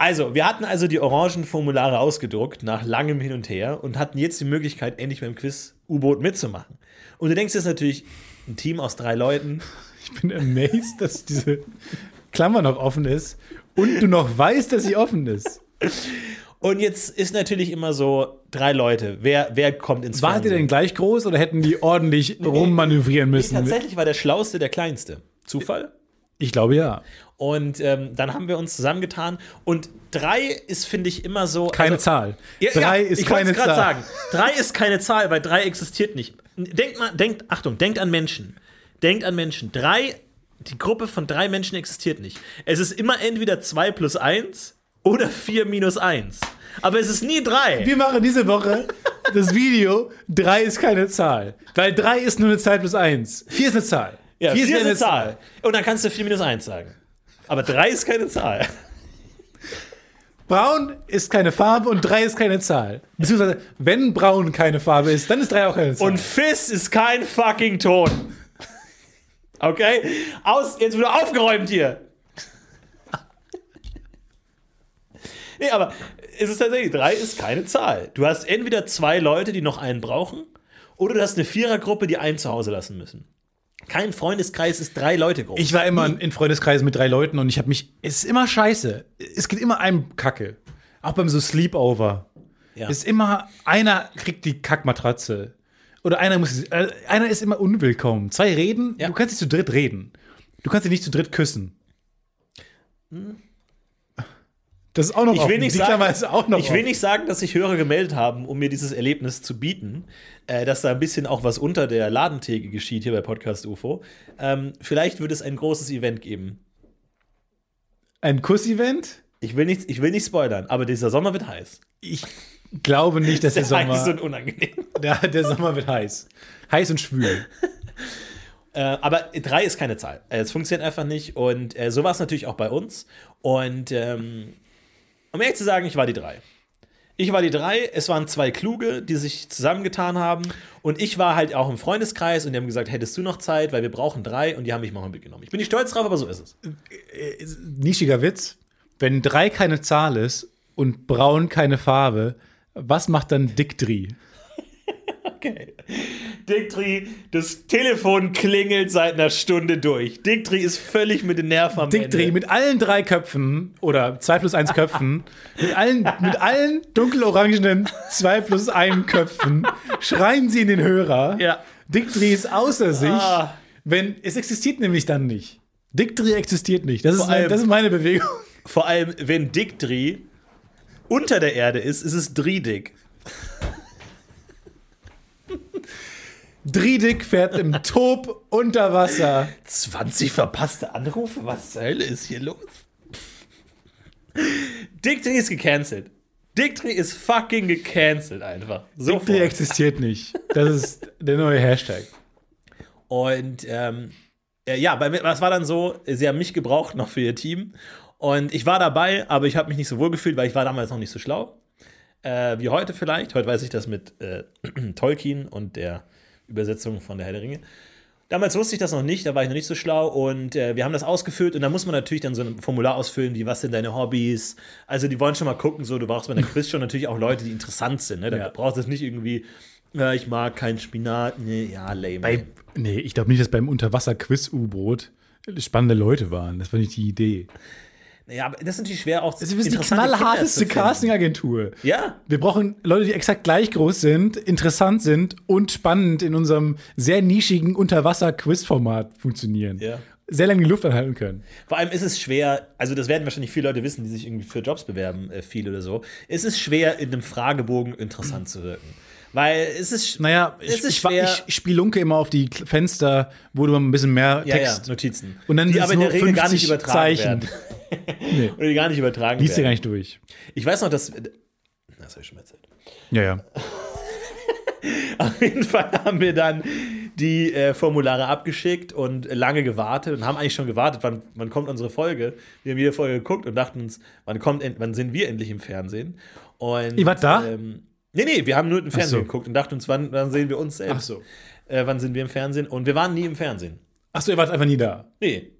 Speaker 4: Also, wir hatten also die orangen Formulare ausgedruckt nach langem Hin und Her und hatten jetzt die Möglichkeit, endlich beim Quiz U-Boot mitzumachen. Und du denkst jetzt natürlich, ein Team aus drei Leuten,
Speaker 2: Ich bin amazed, dass diese Klammer noch offen ist und du noch weißt, dass sie offen ist.
Speaker 4: Und jetzt ist natürlich immer so drei Leute. Wer, wer kommt ins
Speaker 2: War die
Speaker 4: Fernsehen?
Speaker 2: denn gleich groß oder hätten die ordentlich rummanövrieren müssen?
Speaker 4: Tatsächlich war der Schlauste der Kleinste. Zufall?
Speaker 2: Ich glaube ja.
Speaker 4: Und ähm, dann haben wir uns zusammengetan. Und drei ist, finde ich, immer so.
Speaker 2: Keine
Speaker 4: also,
Speaker 2: Zahl.
Speaker 4: Ja,
Speaker 2: Drei
Speaker 4: ja,
Speaker 2: ist
Speaker 4: ich
Speaker 2: keine
Speaker 4: gerade
Speaker 2: Zahl.
Speaker 4: sagen. Drei ist keine Zahl, weil drei existiert nicht. Denkt mal, denkt, Achtung, denkt an Menschen. Denkt an Menschen. Drei, die Gruppe von drei Menschen existiert nicht. Es ist immer entweder zwei plus eins oder vier minus eins. Aber es ist nie drei.
Speaker 2: Wir machen diese Woche
Speaker 4: <laughs>
Speaker 2: das Video Drei ist keine Zahl. Weil drei ist nur eine Zahl plus eins. Vier ist eine Zahl.
Speaker 4: ja, vier ist eine
Speaker 2: Zahl.
Speaker 4: Zahl. Und dann kannst du vier minus eins sagen. Aber drei ist keine Zahl.
Speaker 2: Braun ist keine Farbe und drei ist keine Zahl. Beziehungsweise, wenn braun keine Farbe ist, dann ist drei auch keine Zahl.
Speaker 4: Und Fizz ist kein fucking Ton. Okay? Aus, jetzt wieder aufgeräumt hier. Nee, aber es ist tatsächlich, drei ist keine Zahl. Du hast entweder zwei Leute, die noch einen brauchen, oder du hast eine Vierergruppe, die einen zu Hause lassen müssen. Kein Freundeskreis ist drei Leute groß.
Speaker 2: ich war immer in Freundeskreisen mit drei Leuten und ich habe mich. Es ist immer scheiße. Es geht immer einem Kacke. Auch beim so Sleepover.
Speaker 4: Ja.
Speaker 2: Ist immer, einer kriegt die Kackmatratze. Oder einer muss. Äh, einer ist immer unwillkommen. Zwei reden,
Speaker 4: Ja.
Speaker 2: du kannst nicht zu dritt reden. Du kannst dich nicht zu dritt küssen. Das ist auch noch
Speaker 4: Hm. Ich will,
Speaker 2: offen.
Speaker 4: nicht
Speaker 2: Die
Speaker 4: sagen,
Speaker 2: Klammer ist auch noch
Speaker 4: ich will nicht sagen, dass sich Hörer gemeldet haben, um mir dieses Erlebnis zu bieten, äh, dass da ein bisschen auch was unter der Ladentheke geschieht hier bei Podcast UFO. Ähm, vielleicht wird es ein großes Event geben.
Speaker 2: Ein Kuss-Event?
Speaker 4: Ich will, nicht, ich will nicht spoilern, aber dieser Sommer wird heiß.
Speaker 2: Ich glaube nicht, dass der,
Speaker 4: Heiß
Speaker 2: Sommer.
Speaker 4: und unangenehm.
Speaker 2: <laughs> Der, der Sommer wird heiß. Heiß und schwül.
Speaker 4: Äh, aber drei ist keine Zahl. Äh, Es funktioniert einfach nicht. Und äh, so war es natürlich auch bei uns. Und ähm, um ehrlich zu sagen, ich war die drei. Ich war die drei, es waren zwei Kluge, die sich zusammengetan haben. Und ich war halt auch im Freundeskreis und die haben gesagt, hättest du noch Zeit, weil wir brauchen drei und die haben mich mal mitgenommen. Ich bin nicht stolz drauf, aber so ist es.
Speaker 2: Nischiger Witz. Wenn drei keine Zahl ist und braun keine Farbe, was macht dann Dick Dri?
Speaker 4: Okay. Dictri, das Telefon klingelt seit einer Stunde durch. Dictri ist völlig mit den Nerven am
Speaker 2: Dick Dri
Speaker 4: Ende.
Speaker 2: mit allen drei Köpfen oder 2 plus 1 Köpfen, mit allen, mit allen dunkelorangenen 2 plus 1 Köpfen, schreien sie in den Hörer.
Speaker 4: Ja.
Speaker 2: Dick Dri ist außer sich,
Speaker 4: Ah.
Speaker 2: wenn es existiert nämlich dann nicht. Dick Dri existiert nicht. Das ist,
Speaker 4: allem-
Speaker 2: das ist meine Bewegung.
Speaker 4: Vor allem, wenn Dictri unter der Erde ist, ist es Driedick.
Speaker 2: Driedick fährt im Tob unter Wasser.
Speaker 4: 20 verpasste Anrufe? Was zur Hölle ist hier los? Dictri ist gecancelt. Dictri ist fucking gecancelt einfach.
Speaker 2: Dick Dri
Speaker 4: Sofort.
Speaker 2: existiert nicht. Das ist der neue Hashtag.
Speaker 4: Und ähm, äh, ja, bei mir, was war dann so? Sie haben mich gebraucht noch für ihr Team. Und ich war dabei, aber ich habe mich nicht so wohl gefühlt, weil ich war damals noch nicht so schlau. Äh, wie heute vielleicht. Heute weiß ich das mit äh, <clears throat> Tolkien und der Übersetzung von der Herr der Ringe. Damals wusste ich das noch nicht, da war ich noch nicht so schlau und äh, wir haben das ausgefüllt und da muss man natürlich dann so ein Formular ausfüllen, wie was sind deine Hobbys? Also die wollen schon mal gucken, so du brauchst bei einer Quizshow natürlich auch Leute, die interessant sind. Ne? Da brauchst du es nicht irgendwie, ja, ich mag keinen Spinat, nee, ja, lame.
Speaker 2: Bei, nee, ich glaube nicht, dass beim Unterwasser-Quiz-U-Boot spannende Leute waren. Das war nicht die Idee.
Speaker 4: Ja, aber das ist natürlich schwer auch.
Speaker 2: Das ist Also die
Speaker 4: interessante Kinder zu
Speaker 2: knallharteste
Speaker 4: finden.
Speaker 2: Casting-Agentur.
Speaker 4: Ja,
Speaker 2: Wir brauchen Leute, die exakt gleich groß sind, interessant sind und spannend in unserem sehr nischigen Unterwasser-Quiz-Format funktionieren.
Speaker 4: Ja.
Speaker 2: Sehr lange die Luft anhalten können.
Speaker 4: vor allem ist es schwer, also das werden wahrscheinlich viele Leute wissen, die sich irgendwie für Jobs bewerben, äh, viel oder so. Es ist schwer, in einem Fragebogen interessant zu wirken. Weil es ist.
Speaker 2: Naja,
Speaker 4: es
Speaker 2: ich,
Speaker 4: ist
Speaker 2: ich,
Speaker 4: schwer.
Speaker 2: ich spielunke immer auf die Kl- Fenster, wo du mal ein bisschen mehr
Speaker 4: ja, ja,
Speaker 2: Text.
Speaker 4: Notizen.
Speaker 2: Und dann
Speaker 4: die
Speaker 2: sind
Speaker 4: aber
Speaker 2: es
Speaker 4: in der
Speaker 2: nur
Speaker 4: Regel gar nicht
Speaker 2: 50
Speaker 4: übertragen
Speaker 2: Zeichen.
Speaker 4: werden. Oder die gar nicht übertragen
Speaker 2: Liest dir gar
Speaker 4: werden.
Speaker 2: nicht durch.
Speaker 4: Ich weiß noch, dass. Das habe ich schon mal erzählt.
Speaker 2: Ja, ja.
Speaker 4: Auf jeden Fall haben wir dann die äh, Formulare abgeschickt und lange gewartet und haben eigentlich schon gewartet, wann, wann kommt unsere Folge. Wir haben jede Folge geguckt und dachten uns, wann, kommt, end- wann sind wir endlich im Fernsehen? Und,
Speaker 2: Ihr wart da?
Speaker 4: Ähm, nee, nee, wir haben nur im Fernsehen
Speaker 2: so.
Speaker 4: geguckt und dachten uns, wann, wann sehen wir uns selbst?
Speaker 2: Ach so.
Speaker 4: Äh, wann sind wir im Fernsehen? Und wir waren nie im Fernsehen.
Speaker 2: Achso, ihr wart einfach nie da.
Speaker 4: Nee.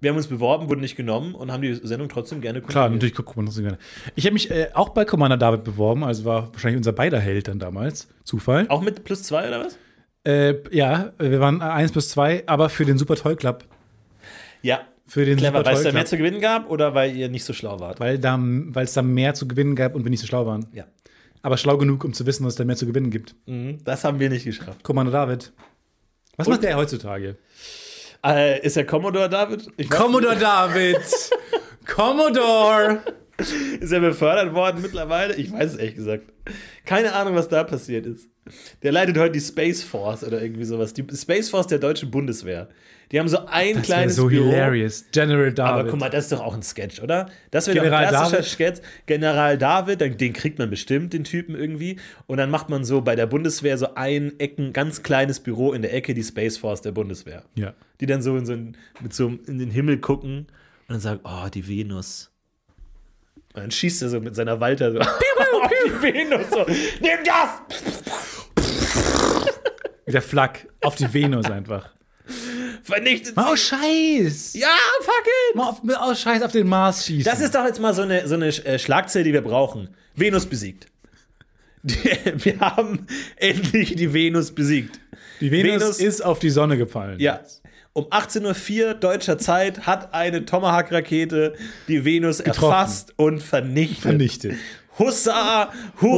Speaker 4: Wir haben uns beworben, wurden nicht genommen und haben die Sendung trotzdem gerne gucken.
Speaker 2: Klar, natürlich guckt man das gerne. Ich habe mich äh, auch bei Commander David beworben, also war wahrscheinlich unser beider Held dann damals. Zufall.
Speaker 4: Auch mit plus zwei oder was?
Speaker 2: Äh, ja, wir waren 1 plus 2, aber für den Super Toll Club.
Speaker 4: Ja.
Speaker 2: für den
Speaker 4: Clever, weil es da
Speaker 2: Super-Toll-Club.
Speaker 4: mehr zu gewinnen gab oder weil ihr nicht so schlau wart?
Speaker 2: Weil da- weil es da mehr zu gewinnen gab und wir nicht so schlau waren.
Speaker 4: Ja.
Speaker 2: Aber schlau genug, um zu wissen, dass es da mehr zu gewinnen gibt.
Speaker 4: Mhm, Das haben wir nicht geschafft.
Speaker 2: Kommando David. Was macht der heutzutage?
Speaker 4: Äh, ist der Commodore David? Ich weiß
Speaker 2: Commodore David!
Speaker 4: <laughs>
Speaker 2: Commodore!
Speaker 4: nicht, Ist er befördert worden mittlerweile? Ich weiß es ehrlich gesagt. Keine Ahnung, was da passiert ist. Der leitet heute die Space Force oder irgendwie sowas. Die Space Force der deutschen Bundeswehr. Die haben so
Speaker 2: Das
Speaker 4: ein
Speaker 2: wäre
Speaker 4: kleines
Speaker 2: so
Speaker 4: Büro.
Speaker 2: hilarious. General David.
Speaker 4: Aber guck mal, das ist doch auch ein Sketch, oder? Das wäre doch ein
Speaker 2: General
Speaker 4: klassischer
Speaker 2: David.
Speaker 4: Sketch. General David, dann, den kriegt man bestimmt, den Typen irgendwie. Und dann macht man so bei der Bundeswehr so ein Ecken, ganz kleines Büro in der Ecke, die Space Force der Bundeswehr.
Speaker 2: Ja.
Speaker 4: Die dann so, in, so ein, mit so einem- in den Himmel gucken und dann sagen, oh, die Venus. Und dann schießt er so mit seiner Walter so <laughs> auf die Venus so, nimm das!
Speaker 2: Mit der Flak auf die Venus
Speaker 4: <laughs>
Speaker 2: einfach.
Speaker 4: Vernichtet
Speaker 2: Mal
Speaker 4: sie!
Speaker 2: aus Scheiß!
Speaker 4: Ja, fuck it!
Speaker 2: Mal auf, mal aus Scheiß auf den Mars schießen.
Speaker 4: Das ist doch jetzt mal so eine, so eine äh, Schlagzeile, die wir brauchen. Venus besiegt. <laughs> Die, wir haben endlich die Venus besiegt.
Speaker 2: die Venus,
Speaker 4: Venus-
Speaker 2: ist auf die Sonne gefallen.
Speaker 4: Ja. Um 18.04 Uhr deutscher Zeit hat eine Tomahawk-Rakete die Venus erfasst und vernichtet.
Speaker 2: Vernichtet.
Speaker 4: Hussa, hurra,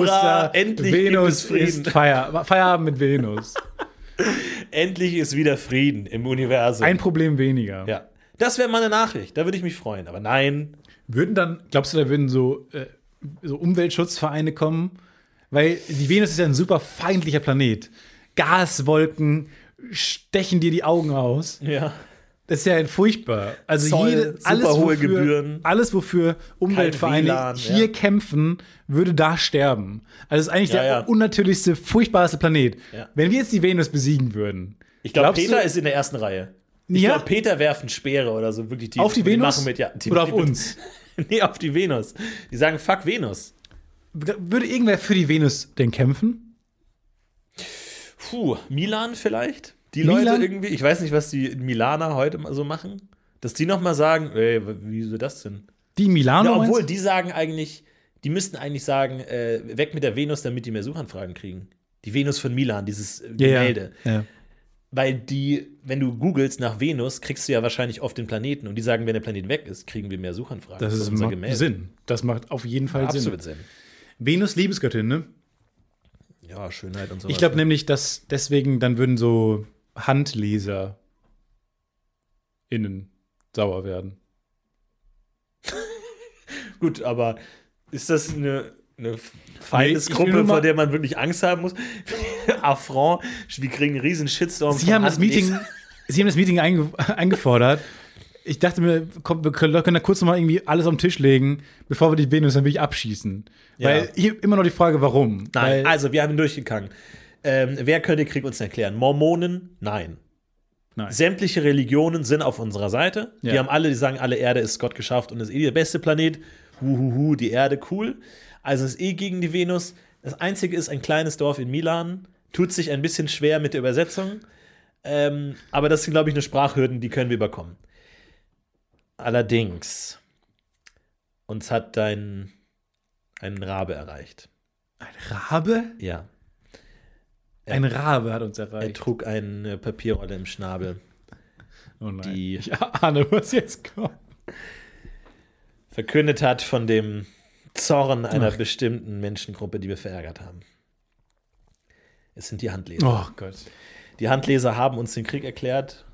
Speaker 2: Oster-
Speaker 4: endlich
Speaker 2: Venus
Speaker 4: gibt es
Speaker 2: ist
Speaker 4: Frieden.
Speaker 2: Feier, Feierabend mit
Speaker 4: <laughs>
Speaker 2: Venus.
Speaker 4: endlich ist wieder Frieden im Universum.
Speaker 2: Ein Problem weniger.
Speaker 4: ja. Das wäre mal eine Nachricht, da würde ich mich freuen. Aber nein,
Speaker 2: Würden dann, glaubst du, da würden so, äh, so Umweltschutzvereine kommen? Weil die Venus ist ja ein super feindlicher Planet. Gaswolken stechen dir die Augen aus.
Speaker 4: ja.
Speaker 2: Das ist ja ein furchtbar. Also
Speaker 4: Zoll,
Speaker 2: jede,
Speaker 4: super
Speaker 2: alles,
Speaker 4: hohe
Speaker 2: wofür,
Speaker 4: Gebühren.
Speaker 2: alles, wofür Umweltvereine
Speaker 4: WLAN,
Speaker 2: hier
Speaker 4: ja.
Speaker 2: kämpfen, würde da sterben. Also es ist eigentlich
Speaker 4: Ja,
Speaker 2: der
Speaker 4: ja.
Speaker 2: unnatürlichste, furchtbarste Planet.
Speaker 4: Ja.
Speaker 2: Wenn wir jetzt die Venus besiegen würden,
Speaker 4: Ich glaube,
Speaker 2: Glaubst
Speaker 4: Peter
Speaker 2: du-
Speaker 4: ist in der ersten Reihe. Ich
Speaker 2: Ja.
Speaker 4: glaube, Peter werfen Speere oder so wirklich die
Speaker 2: auf die Venus
Speaker 4: machen mit ja, die,
Speaker 2: oder auf
Speaker 4: die,
Speaker 2: uns,
Speaker 4: <laughs> Nee, auf die Venus. Die sagen fuck Venus.
Speaker 2: würde irgendwer für die Venus denn kämpfen?
Speaker 4: Puh, Milan vielleicht? Die
Speaker 2: Milan?
Speaker 4: Leute irgendwie, ich weiß nicht, was die Milaner heute mal so machen, dass die noch mal sagen, ey, wieso das denn?
Speaker 2: Die Milano?
Speaker 4: Ja, obwohl
Speaker 2: meinst
Speaker 4: die sagen eigentlich, die müssten eigentlich sagen, äh, weg mit der Venus, damit die mehr Suchanfragen kriegen. Die Venus von Milan, dieses äh,
Speaker 2: du? ja,
Speaker 4: Gemälde.
Speaker 2: Ja. Ja.
Speaker 4: Weil die, wenn du googelst nach Venus, kriegst du ja wahrscheinlich oft den Planeten. Und die sagen, wenn der Planet weg ist, kriegen wir mehr Suchanfragen.
Speaker 2: Das ist
Speaker 4: unser
Speaker 2: macht
Speaker 4: Gemälde.
Speaker 2: Sinn. Das macht auf jeden Fall
Speaker 4: Absolut
Speaker 2: Sinn.
Speaker 4: Sinn.
Speaker 2: Venus Liebesgöttin, ne?
Speaker 4: Ja, Schönheit und so
Speaker 2: Ich glaube nämlich, dass deswegen dann würden so Handleser innen sauer werden. ne-
Speaker 4: Gut, aber ist das eine, eine Feindesgruppe,
Speaker 2: Nee, ich will nur mal-
Speaker 4: vor der man wirklich Angst haben muss? <laughs> Affront, wir kriegen einen riesen Shitstorm.
Speaker 2: Sie
Speaker 4: von
Speaker 2: haben das
Speaker 4: Handys.
Speaker 2: Meeting, Sie haben das Meeting einge eingefordert. Ich dachte mir, komm, wir können können da kurz nochmal irgendwie alles auf den Tisch legen, bevor wir die Venus dann wirklich abschießen. Weil hier immer noch die Frage, warum.
Speaker 4: Nein,
Speaker 2: Weil,
Speaker 4: also wir haben ihn durchgegangen. Ähm, wer könnte den Krieg uns erklären? Mormonen? Nein.
Speaker 2: Nein.
Speaker 4: Sämtliche Religionen sind auf unserer Seite. Die
Speaker 2: Ja.
Speaker 4: haben alle, die sagen, alle Erde ist Gott geschafft und ist eh der beste Planet. Huhuhu, die Erde cool. Also ist eh gegen die Venus. Das einzige ist ein kleines Dorf in Milan. Tut sich ein bisschen schwer mit der Übersetzung. Ähm, aber das sind, glaube ich, nur Sprachhürden, die können wir überkommen. Allerdings, uns hat dein ein Rabe erreicht.
Speaker 2: Rabe?
Speaker 4: Ja.
Speaker 2: Ein Rabe hat uns
Speaker 4: Er
Speaker 2: erreicht.
Speaker 4: trug eine Papierrolle im Schnabel.
Speaker 2: Oh nein.
Speaker 4: Die-
Speaker 2: ich ahne, was jetzt kommt.
Speaker 4: Verkündet hat von dem Zorn einer bestimmten Menschengruppe, die wir verärgert haben. Es sind die Handleser.
Speaker 2: Oh Gott.
Speaker 4: Die Handleser haben uns den Krieg erklärt.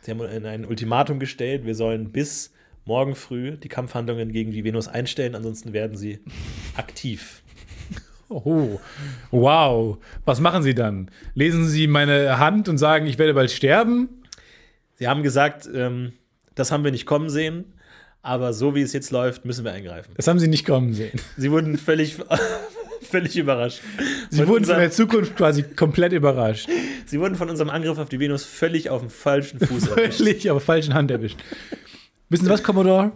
Speaker 4: Sie haben in ein Ultimatum gestellt, wir sollen bis morgen früh die Kampfhandlungen gegen die Venus einstellen, ansonsten
Speaker 2: <laughs>
Speaker 4: werden sie aktiv.
Speaker 2: Oh, wow. Was machen Sie dann? Lesen Sie meine Hand und sagen, ich werde bald sterben?
Speaker 4: Sie haben gesagt, ähm, das haben wir nicht kommen sehen, aber so wie es jetzt läuft, müssen wir eingreifen.
Speaker 2: Das haben Sie nicht kommen sehen.
Speaker 4: Sie wurden völlig, <laughs> völlig überrascht.
Speaker 2: Sie wurden von
Speaker 4: unserem-
Speaker 2: der Zukunft quasi komplett überrascht.
Speaker 4: Sie wurden von unserem Angriff auf die Venus völlig auf dem
Speaker 2: <laughs>
Speaker 4: falschen Fuß erwischt.
Speaker 2: Völlig auf der falschen Hand erwischt. Wissen Sie was, Commodore?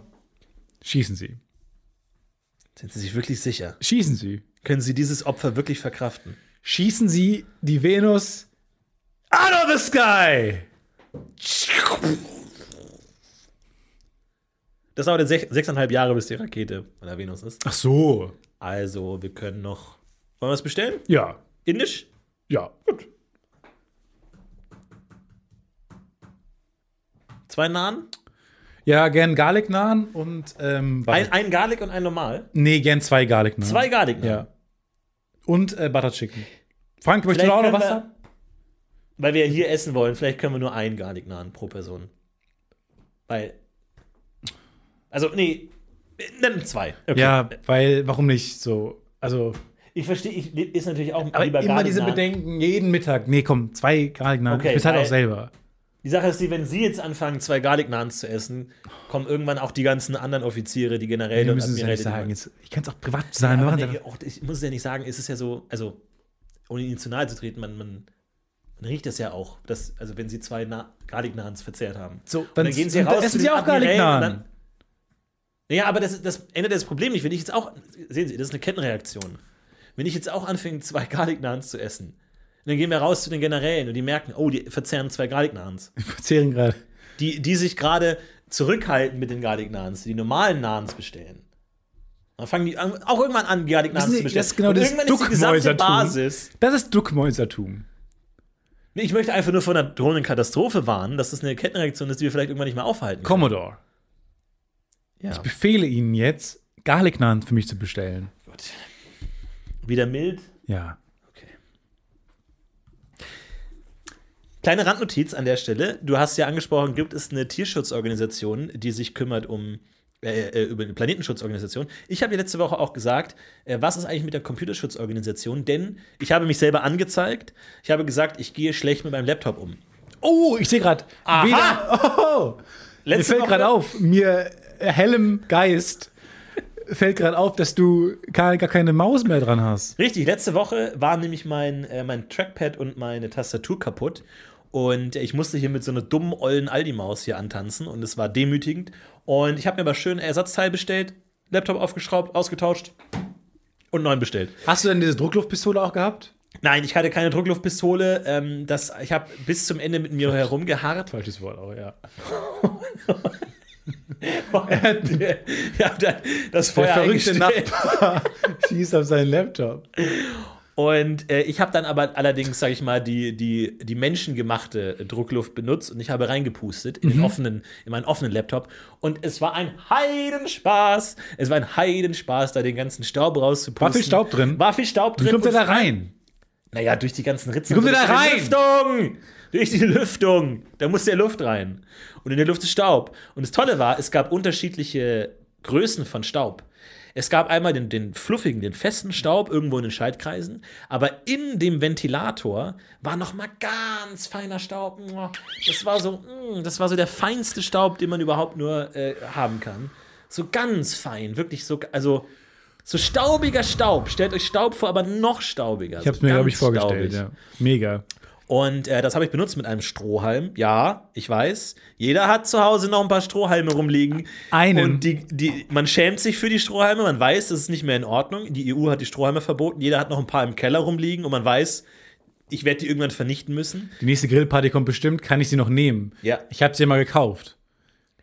Speaker 2: Schießen Sie.
Speaker 4: Sind Sie sich wirklich sicher?
Speaker 2: Schießen Sie.
Speaker 4: Können Sie dieses Opfer wirklich verkraften?
Speaker 2: Schießen Sie die Venus out of the sky!
Speaker 4: Das dauert jetzt sech- sechseinhalb Jahre, bis die Rakete an der Venus ist.
Speaker 2: Ach so.
Speaker 4: Also, wir können noch. Wollen wir es bestellen?
Speaker 2: Ja.
Speaker 4: Indisch?
Speaker 2: Ja. Gut.
Speaker 4: Zwei Nahen?
Speaker 2: Ja, gern Garlic Naan und ähm, Butter-
Speaker 4: Ein, ein Garlic und ein normal.
Speaker 2: Nee, gern zwei Garlic Naan.
Speaker 4: Zwei Garlic.
Speaker 2: Mhm. Ja. Und äh, Butter Chicken. Frank, möchtest du
Speaker 4: Vielleicht
Speaker 2: auch noch was
Speaker 4: können wir-
Speaker 2: haben?
Speaker 4: Weil wir hier essen wollen, vielleicht können wir nur einen Garlic Naan pro Person. Weil. Also, nee. Nimm zwei. Okay.
Speaker 2: Ja, weil, warum nicht so? Also,
Speaker 4: Ich verstehe, ich ist natürlich auch
Speaker 2: aber
Speaker 4: lieber
Speaker 2: immer
Speaker 4: Garlic
Speaker 2: diese
Speaker 4: Naan.
Speaker 2: Bedenken, jeden Mittag. Nee, komm, zwei Garlic Naan.
Speaker 4: Okay,
Speaker 2: ich bezahle
Speaker 4: weil-
Speaker 2: auch selber.
Speaker 4: Die Sache ist die, wenn sie jetzt anfangen, zwei Garlic Naans zu essen, kommen irgendwann auch die ganzen anderen Offiziere, die Generäle
Speaker 2: Wir
Speaker 4: und
Speaker 2: müssen es ja
Speaker 4: Admiräle,
Speaker 2: nicht
Speaker 4: die
Speaker 2: sagen.
Speaker 4: machen.
Speaker 2: Jetzt, ich kann es auch privat sagen.
Speaker 4: Aber
Speaker 2: Ja,
Speaker 4: nee, auch, ich muss es ja nicht sagen, es ist ja so, also, ohne ihnen zu nahe zu treten, man, man, man riecht das ja auch, dass, also wenn sie zwei Na Garlic Naans verzehrt haben.
Speaker 2: So,
Speaker 4: Und dann
Speaker 2: dann-
Speaker 4: gehen sie
Speaker 2: und
Speaker 4: raus.
Speaker 2: dann essen
Speaker 4: zu
Speaker 2: sie
Speaker 4: den
Speaker 2: auch Garlic
Speaker 4: Admirälen und
Speaker 2: Naan.
Speaker 4: dann- Naja, aber das, das ändert das Problem nicht. Wenn ich jetzt auch, sehen Sie, das ist eine Kettenreaktion. Wenn ich jetzt auch anfange, zwei Garlic Naans zu essen, dann gehen wir raus zu den Generälen und die merken, oh, die verzehren zwei Garlic Naans
Speaker 2: wir verzehren gerade.
Speaker 4: die, die sich gerade zurückhalten mit den Garlic Naans, die normalen Naans bestellen. Dann fangen die an, auch irgendwann an, Garlic Naans
Speaker 2: Wissen
Speaker 4: zu
Speaker 2: Sie,
Speaker 4: bestellen.
Speaker 2: das ist genau
Speaker 4: Und
Speaker 2: das
Speaker 4: irgendwann ist die gesamte
Speaker 2: Duckmäusertum.
Speaker 4: Basis.
Speaker 2: Das ist Duckmäusertum.
Speaker 4: Nee, Ich möchte einfach nur vor einer drohenden Katastrophe warnen, dass das eine Kettenreaktion ist, die wir vielleicht irgendwann nicht mehr aufhalten. können.
Speaker 2: Commodore.
Speaker 4: Ja.
Speaker 2: Befehle Ihnen jetzt, Garlic Naan für mich zu bestellen.
Speaker 4: Gut. Wieder mild.
Speaker 2: Ja.
Speaker 4: Okay. Kleine Randnotiz an der Stelle. Du hast ja angesprochen, gibt es eine Tierschutzorganisation, die sich kümmert um äh, äh, über eine Planetenschutzorganisation. Ich habe ja letzte Woche auch gesagt, äh, was ist eigentlich mit der Computerschutzorganisation? Denn ich habe mich selber angezeigt. Ich habe gesagt, ich gehe schlecht mit meinem Laptop um.
Speaker 2: Oh, ich sehe gerade. Aha! Oh, mir
Speaker 4: Letzte
Speaker 2: fällt
Speaker 4: Woche-
Speaker 2: gerade auf, mir äh, hellem Geist fällt gerade auf, dass du gar, gar keine Maus mehr dran hast.
Speaker 4: Richtig, letzte Woche war nämlich mein, äh, mein Trackpad und meine Tastatur kaputt. Und ich musste hier mit so einer dummen, ollen Aldi-Maus hier antanzen und es war demütigend. Und ich habe mir aber schön ein Ersatzteil bestellt, Laptop aufgeschraubt, ausgetauscht und neuen bestellt.
Speaker 2: Hast du denn diese Druckluftpistole auch gehabt?
Speaker 4: Nein, ich hatte keine Druckluftpistole. Ähm, das, ich habe bis zum Ende mit mir herumgeharrt. <laughs>
Speaker 2: Falsches Wort auch, ja.
Speaker 4: ja, dann das
Speaker 2: Der
Speaker 4: Feuer
Speaker 2: verrückte
Speaker 4: eingestellt.
Speaker 2: Nachbar <laughs> schießt auf seinen Laptop.
Speaker 4: Und äh, ich habe dann aber allerdings, sage ich mal, die, die, die menschengemachte Druckluft benutzt und ich habe
Speaker 2: Mhm.
Speaker 4: reingepustet in, den offenen, in meinen offenen Laptop. Und es war ein Heidenspaß. Es war ein Heidenspaß, da den ganzen Staub rauszupusten.
Speaker 2: War viel Staub drin?
Speaker 4: War viel Staub drin.
Speaker 2: Wie kommt der
Speaker 4: Und-
Speaker 2: da rein?
Speaker 4: Naja, durch die ganzen Ritzen.
Speaker 2: kommt
Speaker 4: und
Speaker 2: der
Speaker 4: so.
Speaker 2: da
Speaker 4: Durch die Lüftung! Durch die Lüftung. Da muss der Luft rein. Und in der Luft ist Staub. Und das Tolle war, es gab unterschiedliche Größen von Staub. Es gab einmal den, den fluffigen, den festen Staub irgendwo in den Schaltkreisen, aber in dem Ventilator war noch mal ganz feiner Staub. Das war so, mm, das war so der feinste Staub, den man überhaupt nur äh, haben kann. So ganz fein, wirklich so, also so staubiger Staub. Stellt euch Staub vor, aber noch staubiger.
Speaker 2: Ich habe es mir, glaube ich, vorgestellt.
Speaker 4: Ja.
Speaker 2: Ja. Mega.
Speaker 4: Und äh, das habe ich benutzt mit einem Strohhalm. Ja, ich weiß. Jeder hat zu Hause noch ein paar Strohhalme rumliegen.
Speaker 2: Einen.
Speaker 4: Und die, die, man schämt sich für die Strohhalme. Man weiß, das ist nicht mehr in Ordnung. Die EU hat die Strohhalme verboten. Jeder hat noch ein paar im Keller rumliegen. Und man weiß, ich werde die irgendwann vernichten müssen.
Speaker 2: Die nächste Grillparty kommt bestimmt, kann ich sie noch nehmen.
Speaker 4: Ja.
Speaker 2: Ich habe sie mal gekauft.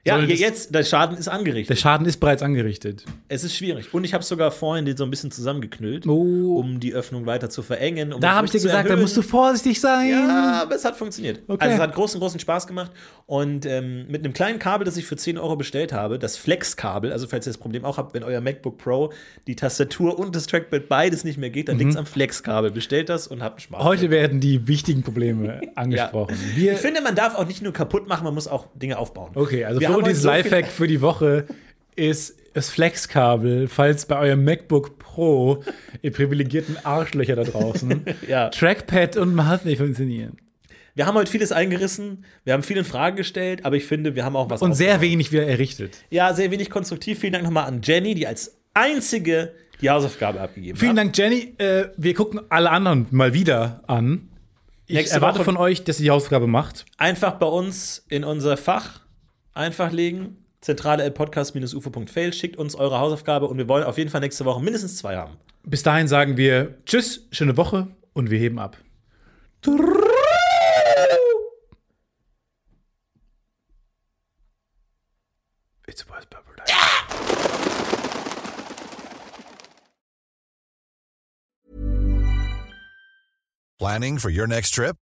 Speaker 4: Ja,
Speaker 2: Soll
Speaker 4: hier
Speaker 2: das-
Speaker 4: jetzt, der Schaden ist
Speaker 2: Der
Speaker 4: angerichtet.
Speaker 2: Schaden ist bereits angerichtet.
Speaker 4: es ist schwierig. Und ich habe sogar vorhin den so ein bisschen zusammengeknüllt,
Speaker 2: Oh.
Speaker 4: um die Öffnung weiter zu verengen. Um
Speaker 2: Da
Speaker 4: den
Speaker 2: habe ich dir
Speaker 4: Druck zu
Speaker 2: gesagt, da
Speaker 4: erhöhen.
Speaker 2: musst du vorsichtig sein.
Speaker 4: Ja, aber es hat funktioniert.
Speaker 2: Okay.
Speaker 4: Also es hat großen, großen Spaß gemacht. Und ähm, mit einem kleinen Kabel, das ich für 10 Euro bestellt habe, das Flex-Kabel, also falls ihr das Problem auch habt, wenn euer MacBook Pro die Tastatur und das Trackpad beides nicht mehr geht, dann liegt's liegt es am Flex-Kabel. Bestellt das und habt Spaß.
Speaker 2: Mhm. Heute werden die wichtigen
Speaker 4: <laughs>
Speaker 2: Probleme angesprochen. Wir,
Speaker 4: ich finde, man darf auch nicht nur kaputt machen, man muss auch Dinge aufbauen.
Speaker 2: okay, also
Speaker 4: Wir
Speaker 2: für
Speaker 4: haben heute
Speaker 2: dieses
Speaker 4: so viel-
Speaker 2: Lifehack für die Woche ist das Flexkabel, falls bei eurem MacBook Pro ihr privilegierten Arschlöcher da draußen
Speaker 4: <laughs> Ja.
Speaker 2: Trackpad und Maus nicht funktionieren.
Speaker 4: Wir haben heute vieles eingerissen, wir haben viel in Frage gestellt, aber ich finde, wir haben auch was
Speaker 2: Und sehr
Speaker 4: aufgebaut.
Speaker 2: wenig wieder errichtet.
Speaker 4: Ja, sehr wenig konstruktiv. Vielen Dank nochmal an Jenny, die als einzige die Hausaufgabe abgegeben
Speaker 2: Vielen
Speaker 4: hat.
Speaker 2: Dank, Jenny. Äh, wir gucken alle anderen mal wieder an. Ich
Speaker 4: Nächste
Speaker 2: erwarte
Speaker 4: Woche-
Speaker 2: von euch, dass ihr die Hausaufgabe macht.
Speaker 4: einfach bei uns in unser Fach einfach legen. Zentrale podcast-ufo.fail schickt uns eure Hausaufgabe und wir wollen auf jeden Fall nächste Woche mindestens zwei haben.
Speaker 2: Bis dahin sagen wir Tschüss, schöne Woche und wir heben ab. It's West Pepper Day.
Speaker 6: Planning for your next trip?